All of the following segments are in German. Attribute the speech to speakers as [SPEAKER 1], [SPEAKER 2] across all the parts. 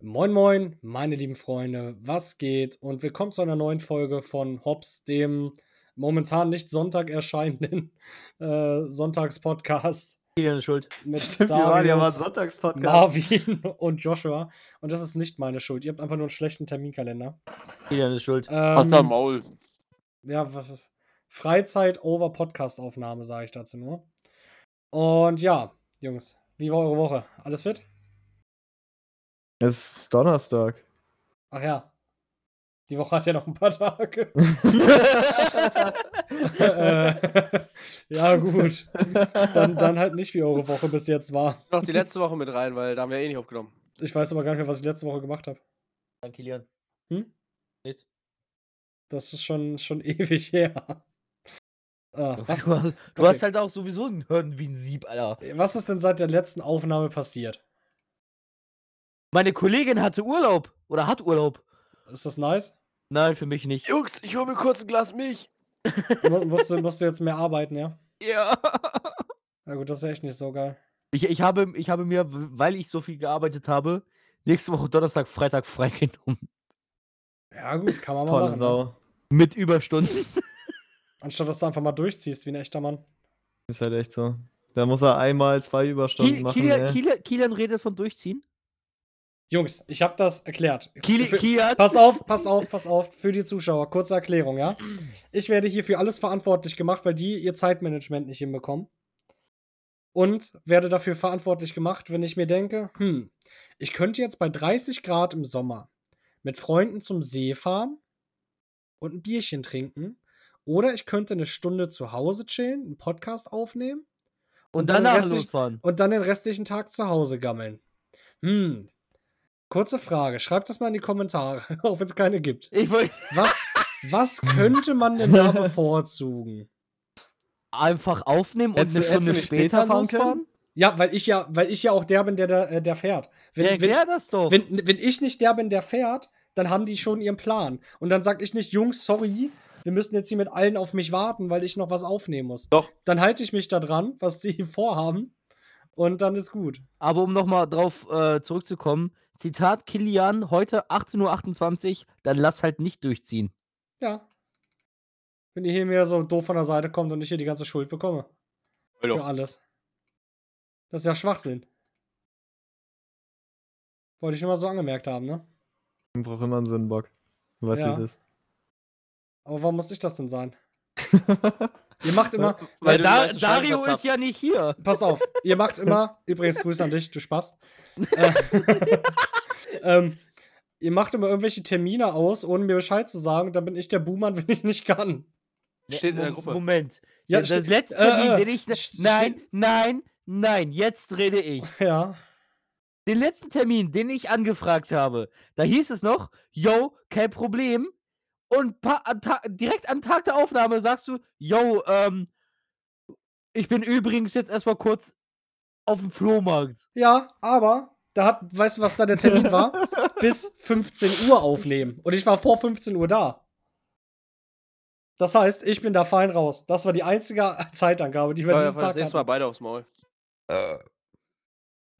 [SPEAKER 1] Moin, moin, meine lieben Freunde, was geht? Und willkommen zu einer neuen Folge von Hops, dem momentan nicht Sonntag erscheinenden äh, Sonntagspodcast
[SPEAKER 2] Kilian ist schuld.
[SPEAKER 1] mit
[SPEAKER 3] Stimmt, wir waren ja mal
[SPEAKER 1] Darius,
[SPEAKER 3] Sonntagspodcast.
[SPEAKER 1] Marvin und Joshua. Und das ist nicht meine Schuld. Ihr habt einfach nur einen schlechten Terminkalender.
[SPEAKER 2] Kilian ist schuld.
[SPEAKER 4] Aus der
[SPEAKER 1] Ähm,
[SPEAKER 4] Maul.
[SPEAKER 1] ja, was ist? Freizeit over Podcast-Aufnahme, sage ich dazu nur. Und ja, Jungs, wie war eure Woche? Alles fit?
[SPEAKER 3] Es ist Donnerstag.
[SPEAKER 1] Ach ja. Die Woche hat ja noch ein paar Tage. Äh, ja, gut. Dann, dann halt nicht, wie eure Woche bis jetzt war.
[SPEAKER 4] Noch die letzte Woche mit rein, weil da haben wir eh nicht aufgenommen.
[SPEAKER 1] Ich weiß aber gar nicht mehr, was ich letzte Woche gemacht habe.
[SPEAKER 2] Dann Kilian.
[SPEAKER 1] Hm?
[SPEAKER 2] Nichts.
[SPEAKER 1] Das ist schon, schon ewig her. Ah,
[SPEAKER 2] Du,
[SPEAKER 1] was,
[SPEAKER 2] hast- du
[SPEAKER 1] okay.
[SPEAKER 2] hast halt auch sowieso einen Hirn wie ein Sieb, Alter.
[SPEAKER 1] was ist denn seit der letzten Aufnahme passiert?
[SPEAKER 2] Meine Kollegin hatte Urlaub. Oder hat Urlaub.
[SPEAKER 1] Ist das nice?
[SPEAKER 2] Nein, für mich nicht.
[SPEAKER 4] Jungs, ich hole mir kurz ein Glas Milch.
[SPEAKER 1] Mu- musst, du, musst du jetzt mehr arbeiten, ja?
[SPEAKER 2] Ja.
[SPEAKER 1] Na gut, das ist ja echt nicht so geil.
[SPEAKER 2] Ich, ich, habe, ich habe mir, weil ich so viel gearbeitet habe, nächste Woche Donnerstag, Freitag freigenommen.
[SPEAKER 1] Ja, gut, kann man mal
[SPEAKER 3] Tolle
[SPEAKER 1] machen. ne?
[SPEAKER 3] Sau.
[SPEAKER 2] Mit Überstunden.
[SPEAKER 1] Anstatt dass du einfach mal durchziehst wie ein echter Mann.
[SPEAKER 3] Ist halt echt so. Da muss er einmal zwei Überstunden
[SPEAKER 2] Ki-
[SPEAKER 3] machen. ne?
[SPEAKER 2] Kilian,
[SPEAKER 3] ey.
[SPEAKER 2] Kilian, Kilian redet von durchziehen.
[SPEAKER 1] Jungs, ich habe das erklärt.
[SPEAKER 2] Kili,
[SPEAKER 1] Für-
[SPEAKER 2] Kilian.
[SPEAKER 1] Pass auf, pass auf, pass auf. Für die Zuschauer, kurze Erklärung, ja? Ich werde hier für alles verantwortlich gemacht, weil die ihr Zeitmanagement nicht hinbekommen. Und werde dafür verantwortlich gemacht, wenn ich mir denke, hm, ich könnte jetzt bei 30 Grad im Sommer mit Freunden zum See fahren und ein Bierchen trinken. Oder ich könnte eine Stunde zu Hause chillen, einen Podcast aufnehmen
[SPEAKER 2] Und
[SPEAKER 1] dann den
[SPEAKER 2] danach
[SPEAKER 1] restlichen-
[SPEAKER 2] losfahren.
[SPEAKER 1] und dann den restlichen Tag zu Hause gammeln. Hm. Kurze Frage, schreibt das mal in die Kommentare, auch wenn es keine gibt.
[SPEAKER 2] Ich wollte
[SPEAKER 1] Was, was könnte man denn da bevorzugen?
[SPEAKER 2] einfach aufnehmen und
[SPEAKER 3] Hättest
[SPEAKER 2] eine
[SPEAKER 3] du- hättest du
[SPEAKER 2] Stunde
[SPEAKER 3] nicht
[SPEAKER 2] später
[SPEAKER 3] später fahren
[SPEAKER 2] losfahren.
[SPEAKER 1] Ja, weil ich ja, weil ich ja auch der bin, der da, äh, der fährt. Wenn,
[SPEAKER 2] Ja,
[SPEAKER 1] wenn,
[SPEAKER 2] Erklär das doch.
[SPEAKER 1] wenn, wenn ich nicht der bin, der fährt, dann haben die schon ihren Plan. Und dann sag ich nicht, Jungs, sorry, wir müssen jetzt hier mit allen auf mich warten, weil ich noch was aufnehmen muss.
[SPEAKER 4] Doch.
[SPEAKER 1] Dann halte ich mich da dran, was die vorhaben. Und dann ist gut.
[SPEAKER 2] Aber um nochmal drauf äh, zurückzukommen, Zitat Kilian, heute 18.28 Uhr, dann lass halt nicht durchziehen.
[SPEAKER 1] Ja. Wenn ihr hier mir so doof von der Seite kommt und ich hier die ganze Schuld bekomme. Für alles. Das ist ja Schwachsinn. Wollte ich nur mal so angemerkt haben, ne?
[SPEAKER 3] Ich brauche immer einen Sündenbock. Du weißt,
[SPEAKER 1] Ja.
[SPEAKER 3] wie es ist.
[SPEAKER 1] Aber warum muss ich das denn sein? Ihr macht immer,
[SPEAKER 4] Weil du den
[SPEAKER 2] Da
[SPEAKER 4] meisten
[SPEAKER 2] Dario
[SPEAKER 4] Schadenplatz
[SPEAKER 2] ist ja nicht hier.
[SPEAKER 1] passt auf, ihr macht immer, übrigens Grüße an dich, du Spaß. Äh, ähm, ihr macht immer irgendwelche Termine aus, ohne mir Bescheid zu sagen, dann bin ich der Buhmann, wenn ich nicht kann.
[SPEAKER 4] Steht in der
[SPEAKER 2] Mom-
[SPEAKER 4] Gruppe.
[SPEAKER 2] Moment.
[SPEAKER 1] Ja,
[SPEAKER 2] Ja, der
[SPEAKER 1] steht-
[SPEAKER 2] letzte
[SPEAKER 1] äh,
[SPEAKER 2] Termin,
[SPEAKER 1] äh,
[SPEAKER 2] den ich.
[SPEAKER 1] st-
[SPEAKER 2] Nein,
[SPEAKER 1] steht-
[SPEAKER 2] nein, nein, jetzt rede ich.
[SPEAKER 1] Ja.
[SPEAKER 2] Den letzten Termin, den ich angefragt habe, da hieß es noch, yo, kein Problem. Und pa an Ta direkt am Tag der Aufnahme sagst du, yo, ähm, ich bin übrigens jetzt erstmal kurz auf dem Flohmarkt.
[SPEAKER 1] Ja, aber da hat, weißt du, was da der Termin war? Bis 15 Uhr aufnehmen. Und ich war vor 15 Uhr da. Das heißt, ich bin da fein raus. Das war die einzige Zeitangabe, die wir
[SPEAKER 4] Ja,
[SPEAKER 1] diesen
[SPEAKER 4] das
[SPEAKER 1] Tag
[SPEAKER 4] nächste Mal
[SPEAKER 1] hatten.
[SPEAKER 4] beide aufs Maul.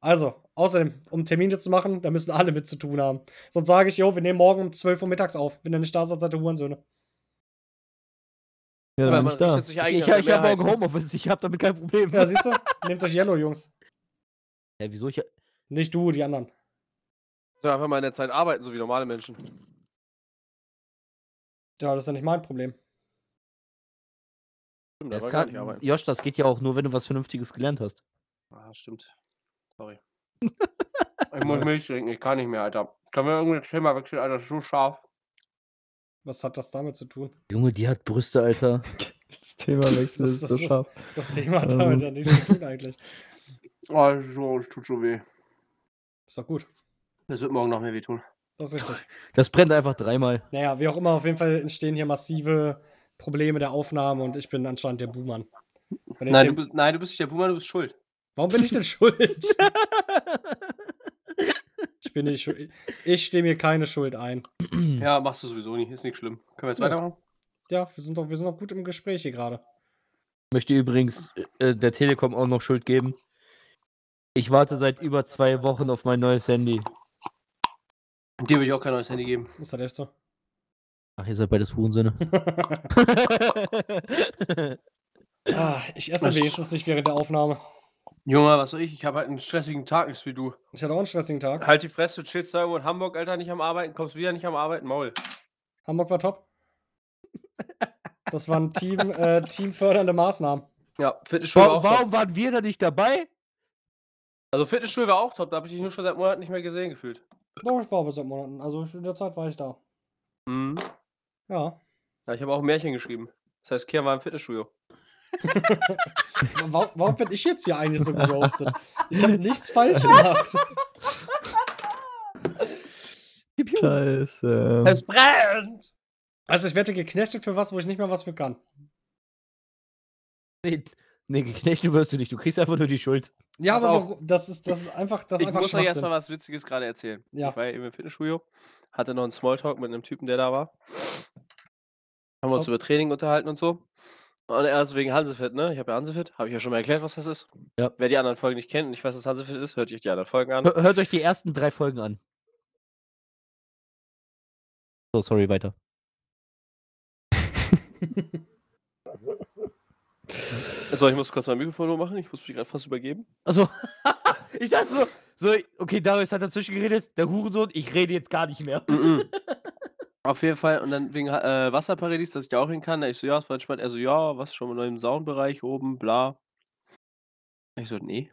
[SPEAKER 1] Also, außerdem, um Termine zu machen, da müssen alle mit zu tun haben. Sonst sage ich, jo, wir nehmen morgen um 12 Uhr mittags auf. Wenn ihr nicht da seid, seid ihr Hurensöhne.
[SPEAKER 3] Ja,
[SPEAKER 4] Aber
[SPEAKER 3] dann bin
[SPEAKER 4] man
[SPEAKER 3] ich da.
[SPEAKER 4] richtet sich eigentlich
[SPEAKER 2] Ich, ich,
[SPEAKER 4] nach
[SPEAKER 2] ich
[SPEAKER 4] der
[SPEAKER 2] habe morgen
[SPEAKER 4] Mehrheit.
[SPEAKER 2] Homeoffice, ich habe damit kein Problem.
[SPEAKER 1] Ja, siehst du? Nehmt euch Yellow, Jungs.
[SPEAKER 2] Hä, wieso? Ich,
[SPEAKER 1] Nicht du, die anderen.
[SPEAKER 4] Soll einfach mal in der Zeit arbeiten, so wie normale Menschen.
[SPEAKER 1] Ja, das ist ja nicht mein Problem.
[SPEAKER 4] Stimmt,
[SPEAKER 2] das
[SPEAKER 4] aber gar nicht
[SPEAKER 2] kann,
[SPEAKER 4] arbeiten.
[SPEAKER 2] Josh, das geht ja auch nur, wenn du was Vernünftiges gelernt hast.
[SPEAKER 4] Ah, stimmt. Sorry. ich muss Milch trinken, ich kann nicht mehr, Alter. Können wir irgendein Thema wechseln, Alter? Das ist so scharf.
[SPEAKER 1] Was hat das damit zu tun?
[SPEAKER 2] Junge, die hat Brüste, Alter.
[SPEAKER 3] Das Thema wechselt
[SPEAKER 1] Das-
[SPEAKER 3] ist
[SPEAKER 1] das
[SPEAKER 3] so
[SPEAKER 1] ist-
[SPEAKER 3] scharf.
[SPEAKER 1] Das Thema hat
[SPEAKER 3] Ähm.
[SPEAKER 1] damit ja nichts zu tun eigentlich.
[SPEAKER 4] Oh, das ist so, es tut so weh.
[SPEAKER 1] Ist doch gut.
[SPEAKER 4] Das wird morgen noch mehr wehtun.
[SPEAKER 1] Das ist richtig.
[SPEAKER 2] Das brennt einfach dreimal.
[SPEAKER 1] Naja, wie auch immer, auf jeden Fall entstehen hier massive Probleme der Aufnahme und ich bin anscheinend der Buhmann. Bei den
[SPEAKER 4] Nein, du
[SPEAKER 1] Themen-
[SPEAKER 4] bist, nein, du bist nicht der Boomer, du bist schuld.
[SPEAKER 1] Warum bin ich denn schuld? ich bin nicht schuld. Ich stehe mir keine Schuld ein.
[SPEAKER 4] Ja, machst du sowieso nicht, ist nicht schlimm. Können wir jetzt
[SPEAKER 1] Ja.
[SPEAKER 4] weitermachen?
[SPEAKER 1] Ja, wir sind doch, wir sind doch gut im Gespräch hier gerade.
[SPEAKER 2] Möchte übrigens äh, der Telekom auch noch Schuld geben. Ich warte seit über zwei Wochen auf mein neues Handy.
[SPEAKER 4] Und Dir will ich auch kein neues Handy geben.
[SPEAKER 1] Ist halt echt so.
[SPEAKER 2] Ach, ihr seid beides Hurensöhne.
[SPEAKER 1] Ah, ich esse
[SPEAKER 4] Was?
[SPEAKER 1] wenigstens nicht während der Aufnahme.
[SPEAKER 4] Junge, was soll ich? Ich habe halt einen stressigen Tag, nicht wie du.
[SPEAKER 1] Ich hatte auch einen stressigen Tag.
[SPEAKER 4] Halt die Fresse, du chillst da irgendwo in Hamburg, Alter, nicht am Arbeiten, kommst wieder nicht am Arbeiten, Maul.
[SPEAKER 1] Hamburg war top. Das waren Team, äh, teamfördernde Maßnahmen.
[SPEAKER 4] Ja, Fitnessstudio war
[SPEAKER 2] Warum,
[SPEAKER 4] auch top.
[SPEAKER 2] warum waren wir da nicht dabei?
[SPEAKER 4] Also Fitnessstudio war auch top, da habe ich dich nur schon seit Monaten nicht mehr gesehen gefühlt.
[SPEAKER 1] Doch, ich war aber seit Monaten. Also in der Zeit war ich da.
[SPEAKER 4] Mhm.
[SPEAKER 1] Ja.
[SPEAKER 4] Ja, ich habe auch ein Märchen geschrieben. Das heißt, Kian war im Fitnessstudio.
[SPEAKER 1] Warum, warum bin ich jetzt hier eigentlich so geroastet? Ich habe nichts falsch gemacht.
[SPEAKER 2] Piep, piep.
[SPEAKER 3] Scheiße.
[SPEAKER 4] Es brennt!
[SPEAKER 1] Also ich werde geknechtet für was, wo ich nicht mehr was für kann.
[SPEAKER 2] Nee, nee, geknechtet wirst du nicht. Du kriegst einfach nur die Schuld.
[SPEAKER 1] Ja,
[SPEAKER 4] Pass
[SPEAKER 1] aber
[SPEAKER 4] auf.
[SPEAKER 1] warum- das ist, das ist einfach, das ist
[SPEAKER 4] Ich
[SPEAKER 1] einfach
[SPEAKER 4] muss euch erstmal
[SPEAKER 1] Schwachsinn.
[SPEAKER 4] was Witziges gerade erzählen.
[SPEAKER 1] Ja.
[SPEAKER 4] Ich war ja eben im Fitnessstudio, hatte noch einen Smalltalk mit einem Typen, der da war. Haben wir uns
[SPEAKER 1] Okay.
[SPEAKER 4] über Training unterhalten und so. Und er ist wegen Hansefit, ne? Ich habe ja Hansefit, habe ich ja schon mal erklärt, was das ist.
[SPEAKER 2] Ja.
[SPEAKER 4] Wer die anderen Folgen nicht kennt und nicht weiß, was Hansefit ist, hört euch die anderen Folgen an.
[SPEAKER 2] Hör- Hört euch die ersten drei Folgen an. So, sorry, weiter.
[SPEAKER 4] So, ich muss kurz mein Mikrofon nur machen, ich muss mich gerade fast übergeben.
[SPEAKER 2] Also, ich dachte so, so, okay, Darius hat dazwischen geredet, der Hurensohn, ich rede jetzt gar nicht mehr.
[SPEAKER 4] Mhm. Auf jeden Fall, und dann wegen äh, Wasserparadies, dass ich da auch hin kann. Da ich so, ja, es war entspannt. Er so, ja, was schon mal im Soundbereich oben, bla. Ich so, nee.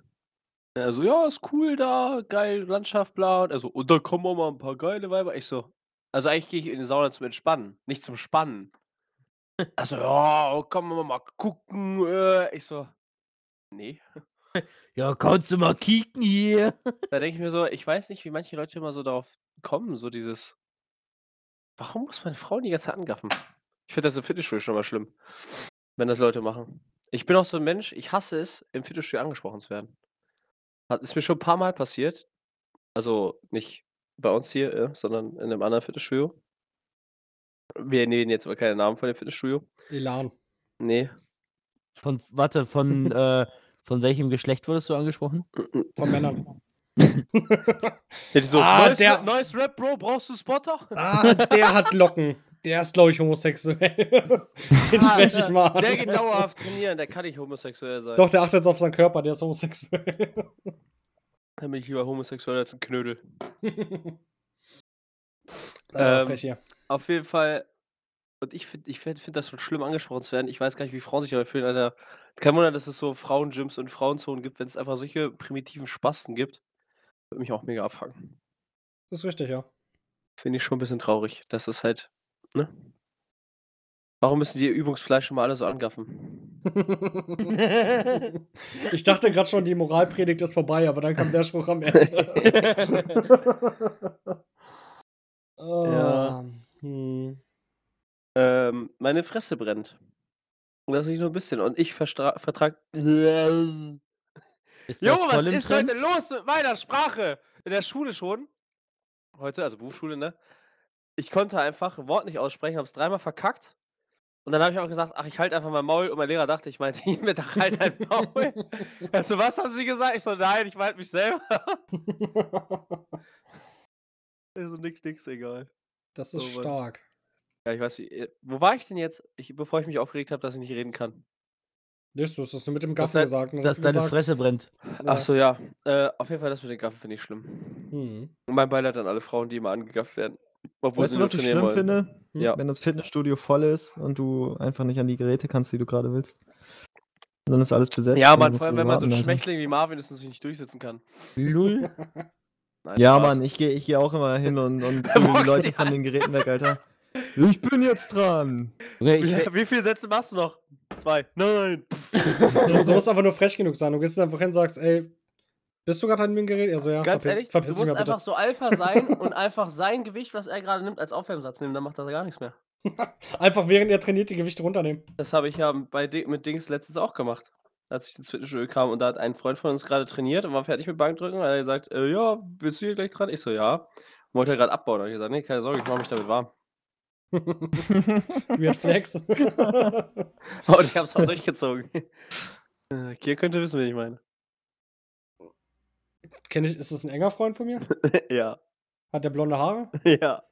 [SPEAKER 4] Er so, ja, ist cool da, geil, Landschaft, bla. Und er so, und da kommen auch mal ein paar geile Weiber. Ich so, also eigentlich gehe ich in die Sauna zum Entspannen, nicht zum Spannen. Also, ja, komm wir mal gucken. äh." Ich so, nee.
[SPEAKER 2] Ja, kannst du mal kicken hier?
[SPEAKER 4] Da denke ich mir so, ich weiß nicht, wie manche Leute immer so darauf kommen, so dieses. Warum muss meine Frau die ganze Zeit angaffen? Ich finde das im Fitnessstudio schon mal schlimm, wenn das Leute machen. Ich bin auch so ein Mensch, ich hasse es, im Fitnessstudio angesprochen zu werden. Hat, ist mir schon ein paar Mal passiert. Also nicht bei uns hier, äh, sondern in einem anderen Fitnessstudio. Wir nehmen jetzt aber keine Namen von dem Fitnessstudio.
[SPEAKER 1] Elan.
[SPEAKER 4] Nee.
[SPEAKER 2] Von, warte, von, äh, von welchem Geschlecht wurdest du angesprochen?
[SPEAKER 1] Von Männern.
[SPEAKER 4] Ja, die so,
[SPEAKER 1] Ah,
[SPEAKER 4] neues,
[SPEAKER 1] der-
[SPEAKER 4] Rap, neues Rap, Bro, brauchst du Spotter?
[SPEAKER 1] Ah, der hat Locken. Der ist, glaube ich, homosexuell. Den
[SPEAKER 2] Ah,
[SPEAKER 1] spreche ich mal an.
[SPEAKER 4] Der geht dauerhaft trainieren, der kann nicht homosexuell sein.
[SPEAKER 1] Doch, der achtet jetzt auf seinen Körper, der ist homosexuell.
[SPEAKER 4] Dann bin ich lieber homosexuell als ein Knödel.
[SPEAKER 1] Ja,
[SPEAKER 4] Ähm,
[SPEAKER 1] frech hier.
[SPEAKER 4] Auf jeden Fall. Und ich finde ich find, find das schon schlimm, angesprochen zu werden. Ich weiß gar nicht, wie Frauen sich dabei fühlen, Alter. Kein Wunder, dass es so Frauengyms und Frauenzonen gibt, wenn es einfach solche primitiven Spasten gibt. Würde mich auch mega abfangen.
[SPEAKER 1] Das ist richtig, ja.
[SPEAKER 4] Finde ich schon ein bisschen traurig. Das ist halt, ne? Warum müssen die ihr Übungsfleisch immer alle so angaffen?
[SPEAKER 1] ich dachte gerade schon, die Moralpredigt ist vorbei, aber dann kam der Spruch am Ende. oh,
[SPEAKER 4] Ja.
[SPEAKER 1] Hm.
[SPEAKER 4] Ähm, meine Fresse brennt. Und das nicht nur ein bisschen. Und ich verstra- vertrag. Junge,
[SPEAKER 2] Ist
[SPEAKER 4] was
[SPEAKER 2] voll im
[SPEAKER 4] ist
[SPEAKER 2] Trend?
[SPEAKER 4] heute los mit meiner Sprache? In der Schule schon. Heute, also Berufsschule, ne? Ich konnte einfach ein Wort nicht aussprechen, hab's dreimal verkackt. Und dann habe ich auch gesagt, ach, ich halte einfach mein Maul. Und mein Lehrer dachte, ich meinte ihn mit, ach, halt dein Maul. also, was haben sie gesagt? Ich so, nein, ich meinte mich selber. Also, nix, nix, egal.
[SPEAKER 1] das ist
[SPEAKER 4] Oh Mann.
[SPEAKER 1] stark.
[SPEAKER 4] Ja, ich weiß nicht. äh, Wo war ich denn jetzt, ich, bevor ich mich aufgeregt habe, dass ich nicht reden kann?
[SPEAKER 1] Nicht, du hast das nur mit dem Gaffen
[SPEAKER 2] dein-
[SPEAKER 1] gesagt. und
[SPEAKER 2] Dass
[SPEAKER 1] hast
[SPEAKER 2] deine
[SPEAKER 1] gesagt,
[SPEAKER 2] Fresse brennt.
[SPEAKER 1] ja.
[SPEAKER 4] Ach so, ja. Äh, auf jeden Fall, das mit den Gaffen finde ich schlimm.
[SPEAKER 1] Hm.
[SPEAKER 4] Und mein Beileid an alle Frauen, die immer angegafft werden. Obwohl
[SPEAKER 3] Weißt
[SPEAKER 4] sie
[SPEAKER 3] du,
[SPEAKER 4] nur
[SPEAKER 3] was ich
[SPEAKER 4] trainieren
[SPEAKER 3] schlimm
[SPEAKER 4] wollen.
[SPEAKER 3] finde? Hm?
[SPEAKER 4] Ja.
[SPEAKER 3] Wenn das Fitnessstudio voll ist und du einfach nicht an die Geräte kannst, die du gerade willst. Und dann ist alles besetzt.
[SPEAKER 4] Ja,
[SPEAKER 3] dann
[SPEAKER 4] Mann,
[SPEAKER 3] musst
[SPEAKER 4] vor allem,
[SPEAKER 3] du
[SPEAKER 4] wenn man so ein
[SPEAKER 3] warten, also. Alter.
[SPEAKER 4] Schmächling wie Marvin ist und sich nicht durchsetzen kann.
[SPEAKER 2] Lul.
[SPEAKER 4] Nein,
[SPEAKER 3] Ja,
[SPEAKER 4] Spaß.
[SPEAKER 3] Mann, ich gehe ich geh auch immer hin und, und prügel die
[SPEAKER 4] boxt
[SPEAKER 3] Leute
[SPEAKER 4] die
[SPEAKER 3] von den Geräten weg, Alter. Ich bin jetzt dran.
[SPEAKER 2] Okay, ich,
[SPEAKER 4] Wie, wie viele Sätze machst du noch? Zwei. Nein. Pff,
[SPEAKER 1] Du, du musst einfach nur frech genug sein. Du gehst einfach hin und sagst, ey, bist du gerade an mir geredet? Also ja,
[SPEAKER 4] Ganz
[SPEAKER 1] verpiss,
[SPEAKER 4] ehrlich,
[SPEAKER 1] verpiss
[SPEAKER 4] du
[SPEAKER 1] dich
[SPEAKER 4] musst
[SPEAKER 1] mal bitte.
[SPEAKER 4] einfach so Alpha sein und einfach sein Gewicht, was er gerade nimmt, als Aufwärmsatz nehmen. Dann macht er gar nichts mehr.
[SPEAKER 1] Einfach während er trainiert, die Gewichte runternehmen.
[SPEAKER 4] Das habe ich ja bei Di- mit Dings letztens auch gemacht. Als ich ins Fitnessstudio kam und da hat ein Freund von uns gerade trainiert und war fertig mit Bankdrücken und hat er gesagt, äh, ja, willst du hier gleich dran? Ich so, ja. Wollte er gerade abbauen. Da habe ich gesagt, nee, keine Sorge, ich mache mich damit warm.
[SPEAKER 1] Weird Flex.
[SPEAKER 4] Und ich habe es auch durchgezogen. Äh, Kier könnte wissen, wen ich meine.
[SPEAKER 1] Kenn ich, ist das ein enger Freund von mir?
[SPEAKER 4] ja.
[SPEAKER 1] Hat der blonde Haare?
[SPEAKER 4] Ja.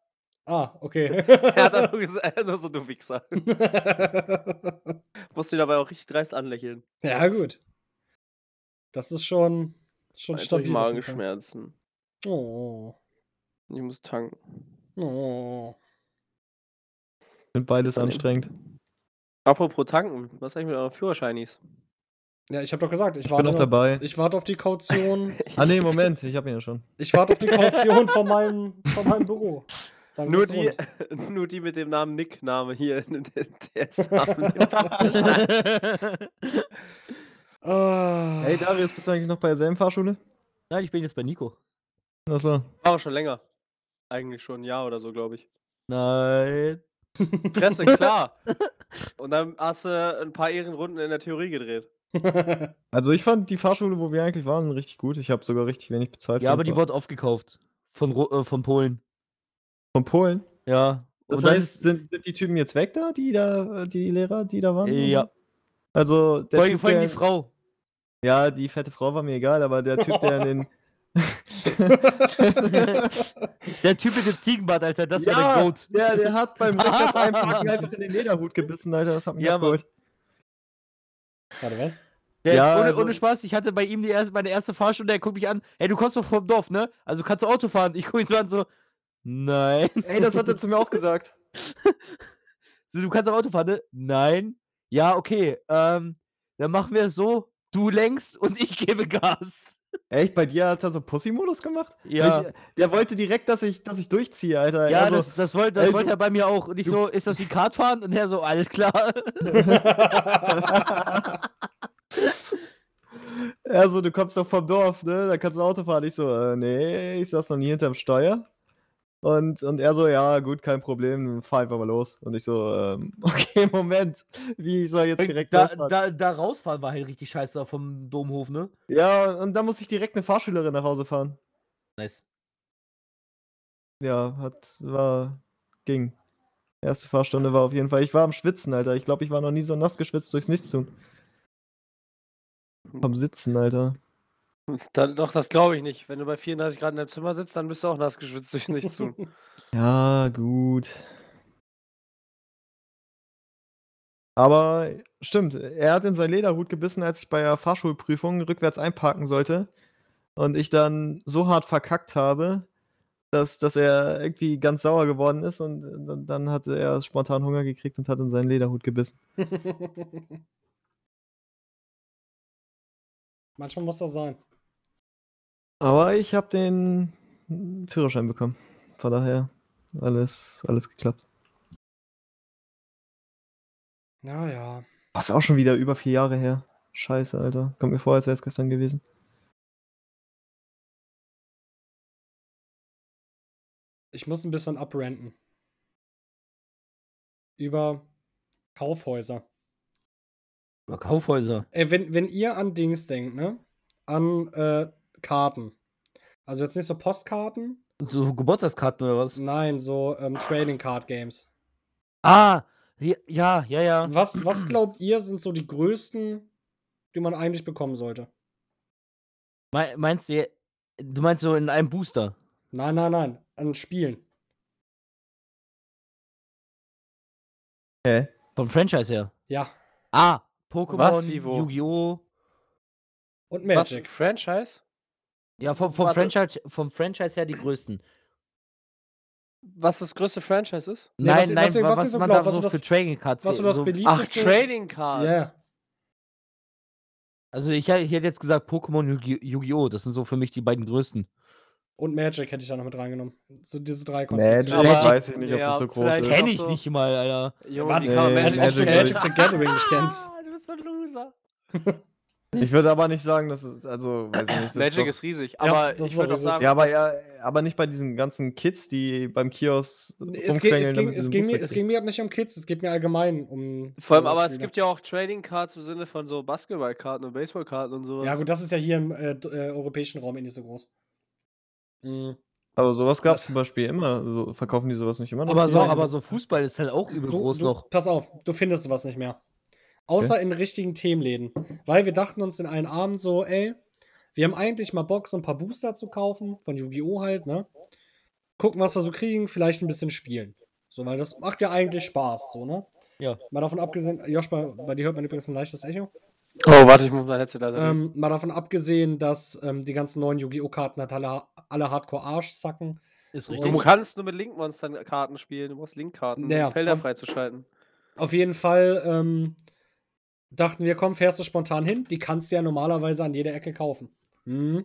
[SPEAKER 1] Ah, okay.
[SPEAKER 4] Er hat dann nur gesagt, er hat nur so, du Wichser. Musst ihn dabei auch richtig dreist anlächeln.
[SPEAKER 1] ja, gut. Das ist schon, schon
[SPEAKER 4] Jetzt hab
[SPEAKER 1] stabil. auf
[SPEAKER 4] ich
[SPEAKER 1] jeden Fall.
[SPEAKER 4] Magenschmerzen.
[SPEAKER 1] Oh.
[SPEAKER 4] Ich muss tanken.
[SPEAKER 1] Oh.
[SPEAKER 3] Sind beides
[SPEAKER 4] Dann eben.
[SPEAKER 3] anstrengend.
[SPEAKER 4] Apropos tanken, was sag ich mit euren Führerscheinis?
[SPEAKER 1] Ja, ich habe doch gesagt, ich,
[SPEAKER 3] Ich bin
[SPEAKER 1] warte
[SPEAKER 3] noch dabei.
[SPEAKER 1] Ich warte auf die Kaution.
[SPEAKER 3] Ah nee, Moment, ich habe ihn ja schon.
[SPEAKER 1] Ich warte auf die Kaution von meinem, von meinem Büro. Dann
[SPEAKER 4] Nur
[SPEAKER 1] geht's
[SPEAKER 4] die,
[SPEAKER 1] rund.
[SPEAKER 4] nur die mit dem Namen Nick-Name hier in der DSA.
[SPEAKER 1] Ah.
[SPEAKER 3] Hey Darius, bist du eigentlich noch bei derselben Fahrschule?
[SPEAKER 2] Nein, ich bin jetzt bei Nico.
[SPEAKER 3] Achso.
[SPEAKER 4] War auch schon länger. Eigentlich schon ein Jahr oder so, glaube ich.
[SPEAKER 2] Nein.
[SPEAKER 4] Fresse, klar. Und dann hast du ein paar Ehrenrunden in der Theorie gedreht.
[SPEAKER 3] Also ich fand die Fahrschule, wo wir eigentlich waren, richtig gut. Ich habe sogar richtig wenig bezahlt.
[SPEAKER 2] Ja,
[SPEAKER 3] für
[SPEAKER 2] aber die
[SPEAKER 3] Fahr-
[SPEAKER 2] wurde aufgekauft. Von, Ru- äh, von Polen.
[SPEAKER 3] von Polen.
[SPEAKER 2] Ja.
[SPEAKER 3] Das
[SPEAKER 2] Und dann-
[SPEAKER 3] heißt, sind, sind die Typen jetzt weg da, die da, äh, die Lehrer, die da waren? und so?
[SPEAKER 2] ja.
[SPEAKER 3] Also der
[SPEAKER 2] Vor allem
[SPEAKER 3] Typ,
[SPEAKER 2] vor allem
[SPEAKER 3] der,
[SPEAKER 2] die Frau.
[SPEAKER 3] Ja, die fette Frau war mir egal, aber der Typ, der in den.
[SPEAKER 2] Der Typ mit dem Ziegenbart, Alter, das war der Goat.
[SPEAKER 3] der, der hat beim rückwärts einpacken einfach in den Lederhut gebissen, Alter. Das hat mich
[SPEAKER 2] Ja,
[SPEAKER 3] abgeholt.
[SPEAKER 1] Warte, was?
[SPEAKER 2] Der,
[SPEAKER 3] Ja,
[SPEAKER 2] ohne,
[SPEAKER 3] also-
[SPEAKER 2] ohne Spaß, ich hatte bei ihm die erste, meine erste Fahrstunde, er guckt mich an, hey, du kommst doch vom Dorf, ne? Also kannst du Auto fahren. Ich gucke ihn so an, so, nein.
[SPEAKER 3] Ey, das hat er zu mir auch gesagt.
[SPEAKER 2] So, du kannst auch Auto fahren, ne? Nein. Ja, okay. Ähm, dann machen wir es so, du lenkst und ich gebe Gas.
[SPEAKER 3] Echt? Bei dir hat er so Pussy-Modus gemacht?
[SPEAKER 2] Ja,
[SPEAKER 3] Ich, der wollte direkt, dass ich, dass ich durchziehe, Alter.
[SPEAKER 2] ja
[SPEAKER 3] also,
[SPEAKER 2] das, das wollte das
[SPEAKER 3] ey,
[SPEAKER 2] wollte
[SPEAKER 3] du-
[SPEAKER 2] er bei mir auch. Und ich
[SPEAKER 3] du-
[SPEAKER 2] so, ist das wie Kartfahren? Und er so, alles klar.
[SPEAKER 3] also du kommst doch vom Dorf, ne? Da kannst du Auto fahren. Ich so, äh, nee, ich saß noch nie hinterm Steuer. Und, und er so, ja, gut, kein Problem, fahr einfach mal los. Und ich so, ähm, okay, Moment, wie ich soll jetzt direkt
[SPEAKER 2] Da,
[SPEAKER 3] losfahren?
[SPEAKER 2] da, da rausfahren war halt richtig scheiße da vom Domhof, ne?
[SPEAKER 3] Ja, und dann muss ich direkt eine Fahrschülerin nach Hause fahren.
[SPEAKER 2] Nice.
[SPEAKER 3] Ja, hat, war, ging. Erste Fahrstunde war auf jeden Fall. Ich war am Schwitzen, Alter. Ich glaube, ich war noch nie so nass geschwitzt durchs Nichtstun. Vom Sitzen, Alter.
[SPEAKER 4] Dann, doch, das glaube ich nicht. Wenn du bei 34 Grad in deinem Zimmer sitzt, dann bist du auch nass geschwitzt durch nichts tun.
[SPEAKER 3] Ja, gut. Aber stimmt, er hat in seinen Lederhut gebissen, als ich bei der Fahrschulprüfung rückwärts einparken sollte. Und ich dann so hart verkackt habe, dass, dass er irgendwie ganz sauer geworden ist. Und, dann- dann hatte er spontan Hunger gekriegt und hat in seinen Lederhut gebissen.
[SPEAKER 1] Manchmal muss das sein.
[SPEAKER 3] Aber ich habe den Führerschein bekommen. Von daher alles, alles geklappt.
[SPEAKER 1] Naja.
[SPEAKER 3] Das ist auch schon wieder über vier Jahre her. Scheiße, Alter. Kommt mir vor, als wäre es gestern gewesen.
[SPEAKER 1] Ich muss ein bisschen abrenten. Über Kaufhäuser.
[SPEAKER 2] Über Kaufhäuser.
[SPEAKER 1] Ey, wenn, wenn ihr an Dings denkt, ne? An äh, Karten. Also jetzt nicht so Postkarten.
[SPEAKER 2] So Geburtstagskarten oder was?
[SPEAKER 1] Nein, so ähm, Trading Card Games.
[SPEAKER 2] Ah, ja, ja, ja. ja.
[SPEAKER 1] Was, was glaubt ihr, sind so die größten, die man eigentlich bekommen sollte?
[SPEAKER 2] Me meinst du, je- du meinst so in einem Booster?
[SPEAKER 1] Nein, nein, nein. An Spielen.
[SPEAKER 2] Vom Franchise her?
[SPEAKER 1] Ja.
[SPEAKER 2] Ah, Pokémon,
[SPEAKER 4] Was, wie, wo?
[SPEAKER 2] Yu-Gi-Oh!
[SPEAKER 1] Und
[SPEAKER 4] Was? ein
[SPEAKER 1] Magic.
[SPEAKER 4] Franchise?
[SPEAKER 2] Ja, vom, vom,
[SPEAKER 4] Warte.
[SPEAKER 2] Franchise, vom Franchise her die größten.
[SPEAKER 4] Was das größte Franchise ist?
[SPEAKER 1] Nee,
[SPEAKER 2] nein,
[SPEAKER 1] was-
[SPEAKER 2] nein,
[SPEAKER 1] was-
[SPEAKER 2] was,
[SPEAKER 1] was
[SPEAKER 2] was,
[SPEAKER 1] ich so
[SPEAKER 2] man
[SPEAKER 1] glaub,
[SPEAKER 2] darf
[SPEAKER 1] was
[SPEAKER 2] so
[SPEAKER 1] du das-
[SPEAKER 2] für Trading Cards
[SPEAKER 1] Was so
[SPEAKER 2] ge-
[SPEAKER 1] das
[SPEAKER 2] so,
[SPEAKER 4] Ach,
[SPEAKER 1] beliebteste.
[SPEAKER 4] Trading Cards.
[SPEAKER 1] Ja.
[SPEAKER 2] Also ich, hä- ich hätte jetzt gesagt Pokémon Yu-Gi- Yu-Gi-Oh! Das sind so für mich die beiden größten.
[SPEAKER 1] Und Magic hätte ich da noch mit reingenommen. So diese drei
[SPEAKER 3] Magic
[SPEAKER 1] Konzepte.
[SPEAKER 2] Aber-
[SPEAKER 3] weiß ich nicht, ob
[SPEAKER 4] ja,
[SPEAKER 3] das so groß
[SPEAKER 4] vielleicht-
[SPEAKER 3] ist.
[SPEAKER 4] Ja,
[SPEAKER 2] Kenn
[SPEAKER 4] doch
[SPEAKER 2] ich
[SPEAKER 4] so.
[SPEAKER 2] nicht mal, Alter.
[SPEAKER 4] Junge, die
[SPEAKER 1] Warte,
[SPEAKER 4] kamen
[SPEAKER 3] Nee,
[SPEAKER 1] Als
[SPEAKER 4] Magic
[SPEAKER 1] ob du
[SPEAKER 4] Gathering.
[SPEAKER 1] Magic the Gathering nicht kennst.
[SPEAKER 4] Ah, du bist so ein Loser.
[SPEAKER 3] Ich würde aber nicht sagen, dass es, also, weiß ich nicht. Das
[SPEAKER 4] Magic
[SPEAKER 3] ist
[SPEAKER 4] ist riesig,
[SPEAKER 1] Ja,
[SPEAKER 4] aber
[SPEAKER 1] das
[SPEAKER 4] ich
[SPEAKER 1] ist
[SPEAKER 4] würde
[SPEAKER 1] auch
[SPEAKER 4] auch
[SPEAKER 3] doch,
[SPEAKER 4] sagen,
[SPEAKER 3] ja, aber, ja, aber nicht bei diesen ganzen Kids, die beim Kiosk
[SPEAKER 1] Es, ging, es, ging,
[SPEAKER 3] damit sie
[SPEAKER 1] es, ging
[SPEAKER 3] den Bus
[SPEAKER 1] mir, es ging
[SPEAKER 3] wechseln.
[SPEAKER 1] mir halt nicht um Kids, es geht mir allgemein um.
[SPEAKER 4] vor allem, aber es gibt ja auch Trading Cards im Sinne von so Basketballkarten und Baseballkarten und sowas.
[SPEAKER 1] Ja, gut, das ist ja hier im äh, d- äh, europäischen Raum eh nicht so groß. Mhm.
[SPEAKER 3] Aber sowas gab es
[SPEAKER 1] Das-
[SPEAKER 3] zum Beispiel immer. So, verkaufen die sowas nicht immer noch?
[SPEAKER 2] Aber so,
[SPEAKER 1] Ja, ich-
[SPEAKER 2] aber so Fußball ist halt auch übel
[SPEAKER 1] du,
[SPEAKER 2] groß
[SPEAKER 1] du,
[SPEAKER 2] noch.
[SPEAKER 1] Pass auf, du findest sowas nicht mehr. Außer in richtigen Themenläden. Weil wir dachten uns in einen Abend so, ey, wir haben eigentlich mal Bock, so ein paar Booster zu kaufen, von Yu-Gi-Oh! halt, ne? gucken, was wir so kriegen, vielleicht ein bisschen spielen. So, weil das macht ja eigentlich Spaß, so, ne?
[SPEAKER 2] Ja.
[SPEAKER 1] Mal davon abgesehen, Josh, bei, bei dir hört man übrigens ein leichtes Echo.
[SPEAKER 4] Oh, warte, ich muss mein Headset leiser
[SPEAKER 1] Ähm,
[SPEAKER 4] machen.
[SPEAKER 1] mal davon abgesehen, dass ähm, die ganzen neuen Yu-Gi-Oh! Karten halt alle, alle Hardcore-Arsch-Sacken.
[SPEAKER 2] Ist
[SPEAKER 4] Du
[SPEAKER 2] richtig.
[SPEAKER 1] musst-
[SPEAKER 4] kannst nur mit Link-Monstern-Karten spielen. Du brauchst Link-Karten, um
[SPEAKER 1] Naja,
[SPEAKER 4] Felder
[SPEAKER 1] komm.
[SPEAKER 4] freizuschalten.
[SPEAKER 1] Auf jeden Fall ähm, dachten wir, komm, fährst du spontan hin. Die kannst du ja normalerweise an jeder Ecke kaufen. Hm.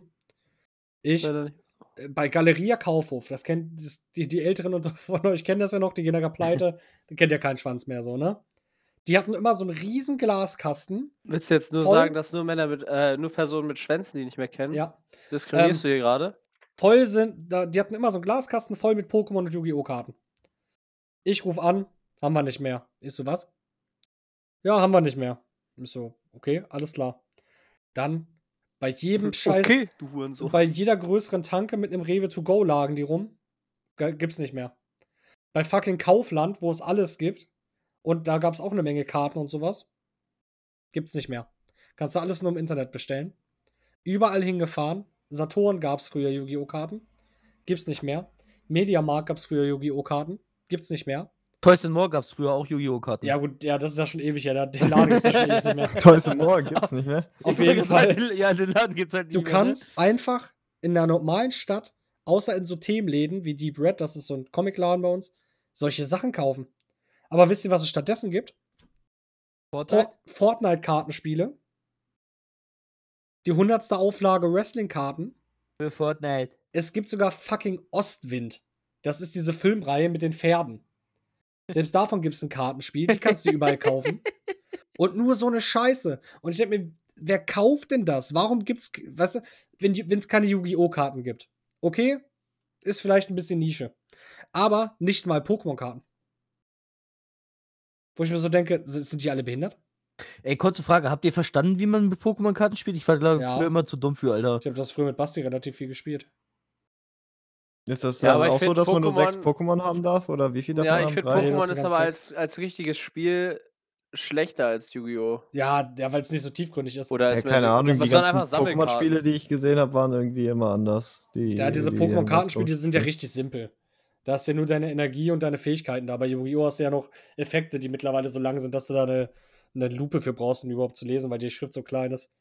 [SPEAKER 1] Ich
[SPEAKER 4] Leider nicht.
[SPEAKER 1] äh, bei Galeria Kaufhof, das kennt das, die, die Älteren unter- von euch kennen das ja noch, die gehen da gar pleite, die kennt ja keinen Schwanz mehr so, ne? Die hatten immer so einen riesen Glaskasten.
[SPEAKER 4] Willst du jetzt nur
[SPEAKER 1] Voll-
[SPEAKER 4] sagen, dass nur Männer mit, äh, nur Personen mit Schwänzen, die nicht mehr kennen?
[SPEAKER 1] Ja. Ähm,
[SPEAKER 4] Diskriminierst du hier gerade?
[SPEAKER 1] voll sind, da, die hatten immer so einen Glaskasten voll mit Pokémon und Yu-Gi-Oh! Karten. Ich rufe an, haben wir nicht mehr. Ist so was? Ja, haben wir nicht mehr. Ist so, okay, alles klar. Dann bei jedem Scheiß,
[SPEAKER 4] Okay, du Hurensohn.
[SPEAKER 1] bei jeder größeren Tanke mit einem Rewe to go lagen die rum. Ge- Gibt's nicht mehr. Bei fucking Kaufland, wo es alles gibt, und da gab's auch eine Menge Karten und sowas, gibt's nicht mehr. Kannst du alles nur im Internet bestellen. Überall hingefahren. Saturn gab's früher Yu-Gi-Oh! Karten. Gibt's nicht mehr. Mediamarkt gab's früher Yu-Gi-Oh! Karten. Gibt's nicht mehr.
[SPEAKER 2] Toys and More gab es früher auch Yu-Gi-Oh! Karten.
[SPEAKER 1] Ja, gut, ja, das ist ja schon ewig her. Der- Den Laden gibt's ja schon ewig nicht mehr.
[SPEAKER 3] Toys and More gibt's nicht mehr.
[SPEAKER 2] Ich
[SPEAKER 1] Auf
[SPEAKER 2] wollte
[SPEAKER 1] jeden
[SPEAKER 2] gerade sagen,
[SPEAKER 1] Fall.
[SPEAKER 2] den- Ja, den Laden gibt's halt nicht
[SPEAKER 1] Du
[SPEAKER 2] mehr,
[SPEAKER 1] kannst einfach in einer normalen Stadt, außer in so Themenläden wie Deep Red, das ist so ein Comicladen bei uns, solche Sachen kaufen. Aber wisst ihr, was es stattdessen gibt?
[SPEAKER 2] ne?
[SPEAKER 1] For
[SPEAKER 2] Vorteil.
[SPEAKER 1] Fortnite-Kartenspiele. Die hundertste Auflage Wrestling-Karten.
[SPEAKER 2] Für Fortnite.
[SPEAKER 1] Es gibt sogar fucking Ostwind. Das ist diese Filmreihe mit den Pferden. Selbst davon gibt es ein Kartenspiel, die kannst du überall kaufen. Und nur so eine Scheiße. Und ich denke mir, wer kauft denn das? Warum gibt's, weißt du, wenn es keine Yu-Gi-Oh! Karten gibt? Okay, ist vielleicht ein bisschen Nische. Aber nicht mal Pokémon-Karten. Wo ich mir so denke, sind sind die alle behindert?
[SPEAKER 2] Ey, kurze Frage. Habt ihr verstanden, wie man mit Pokémon-Karten spielt? Ich war glaube ich
[SPEAKER 1] Ja.
[SPEAKER 2] früher immer zu dumm für, Alter.
[SPEAKER 1] Ich habe das früher mit Basti relativ viel gespielt.
[SPEAKER 3] Ist das
[SPEAKER 4] Ja,
[SPEAKER 3] dann
[SPEAKER 4] aber ich
[SPEAKER 3] auch so,
[SPEAKER 4] find
[SPEAKER 3] dass man nur sechs
[SPEAKER 4] Pokémon-
[SPEAKER 3] Pokémon haben darf? Oder wie viel darf
[SPEAKER 4] Ja,
[SPEAKER 3] man
[SPEAKER 4] ich
[SPEAKER 3] haben?
[SPEAKER 4] finde
[SPEAKER 3] Drei? um
[SPEAKER 1] das
[SPEAKER 4] Pokémon
[SPEAKER 1] ist
[SPEAKER 4] ist
[SPEAKER 1] ganz
[SPEAKER 4] aber
[SPEAKER 1] nett.
[SPEAKER 4] als, als richtiges Spiel schlechter als Yu-Gi-Oh!
[SPEAKER 1] Ja, ja weil es nicht so tiefgründig ist.
[SPEAKER 4] Oder als
[SPEAKER 3] Ja, keine
[SPEAKER 4] Magic.
[SPEAKER 3] Ahnung,
[SPEAKER 4] Das
[SPEAKER 3] die
[SPEAKER 4] waren
[SPEAKER 3] ganzen
[SPEAKER 4] einfach Sammelkarten.
[SPEAKER 3] Pokémon-Spiele, die ich gesehen habe, waren irgendwie immer anders. Die,
[SPEAKER 1] Ja, diese
[SPEAKER 3] die-
[SPEAKER 1] Pokémon-Kartenspiele sind ja
[SPEAKER 3] die-
[SPEAKER 1] richtig simpel. Da hast du ja nur deine Energie und deine Fähigkeiten da. Bei Yu-Gi-Oh! hast du ja noch Effekte, die mittlerweile so lang sind, dass du da eine, eine Lupe für brauchst, um überhaupt zu lesen, weil die Schrift so klein ist.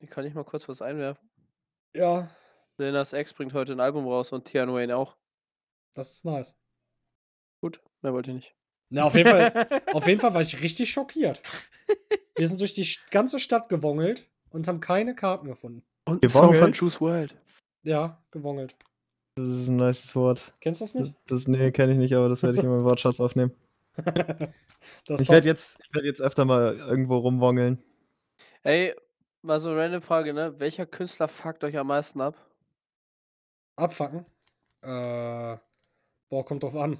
[SPEAKER 4] Ich kann nicht mal kurz was einwerfen.
[SPEAKER 1] Ja,
[SPEAKER 4] Lenas X bringt heute ein Album raus und Tian Wayne auch.
[SPEAKER 1] das ist nice.
[SPEAKER 4] Gut, mehr wollte ich nicht.
[SPEAKER 1] Na, auf jeden Fall, auf jeden Fall war ich richtig schockiert. Wir sind durch die sch- ganze Stadt gewongelt und haben keine Karten gefunden.
[SPEAKER 4] Und
[SPEAKER 3] ein Song von
[SPEAKER 4] Choose World.
[SPEAKER 1] Ja, gewongelt.
[SPEAKER 3] Das ist ein nices Wort.
[SPEAKER 1] Kennst du das
[SPEAKER 3] Das,
[SPEAKER 1] nicht?
[SPEAKER 3] das, nee, kenne ich nicht, aber das werde ich in meinen Wortschatz aufnehmen.
[SPEAKER 1] Das
[SPEAKER 3] Ich
[SPEAKER 1] doch-
[SPEAKER 3] werde jetzt, ich werd jetzt öfter mal irgendwo rumwongeln.
[SPEAKER 4] Ey, mal so eine random Frage, ne? Welcher Künstler fuckt euch am meisten ab?
[SPEAKER 1] Abfacken? Äh, boah, kommt drauf an.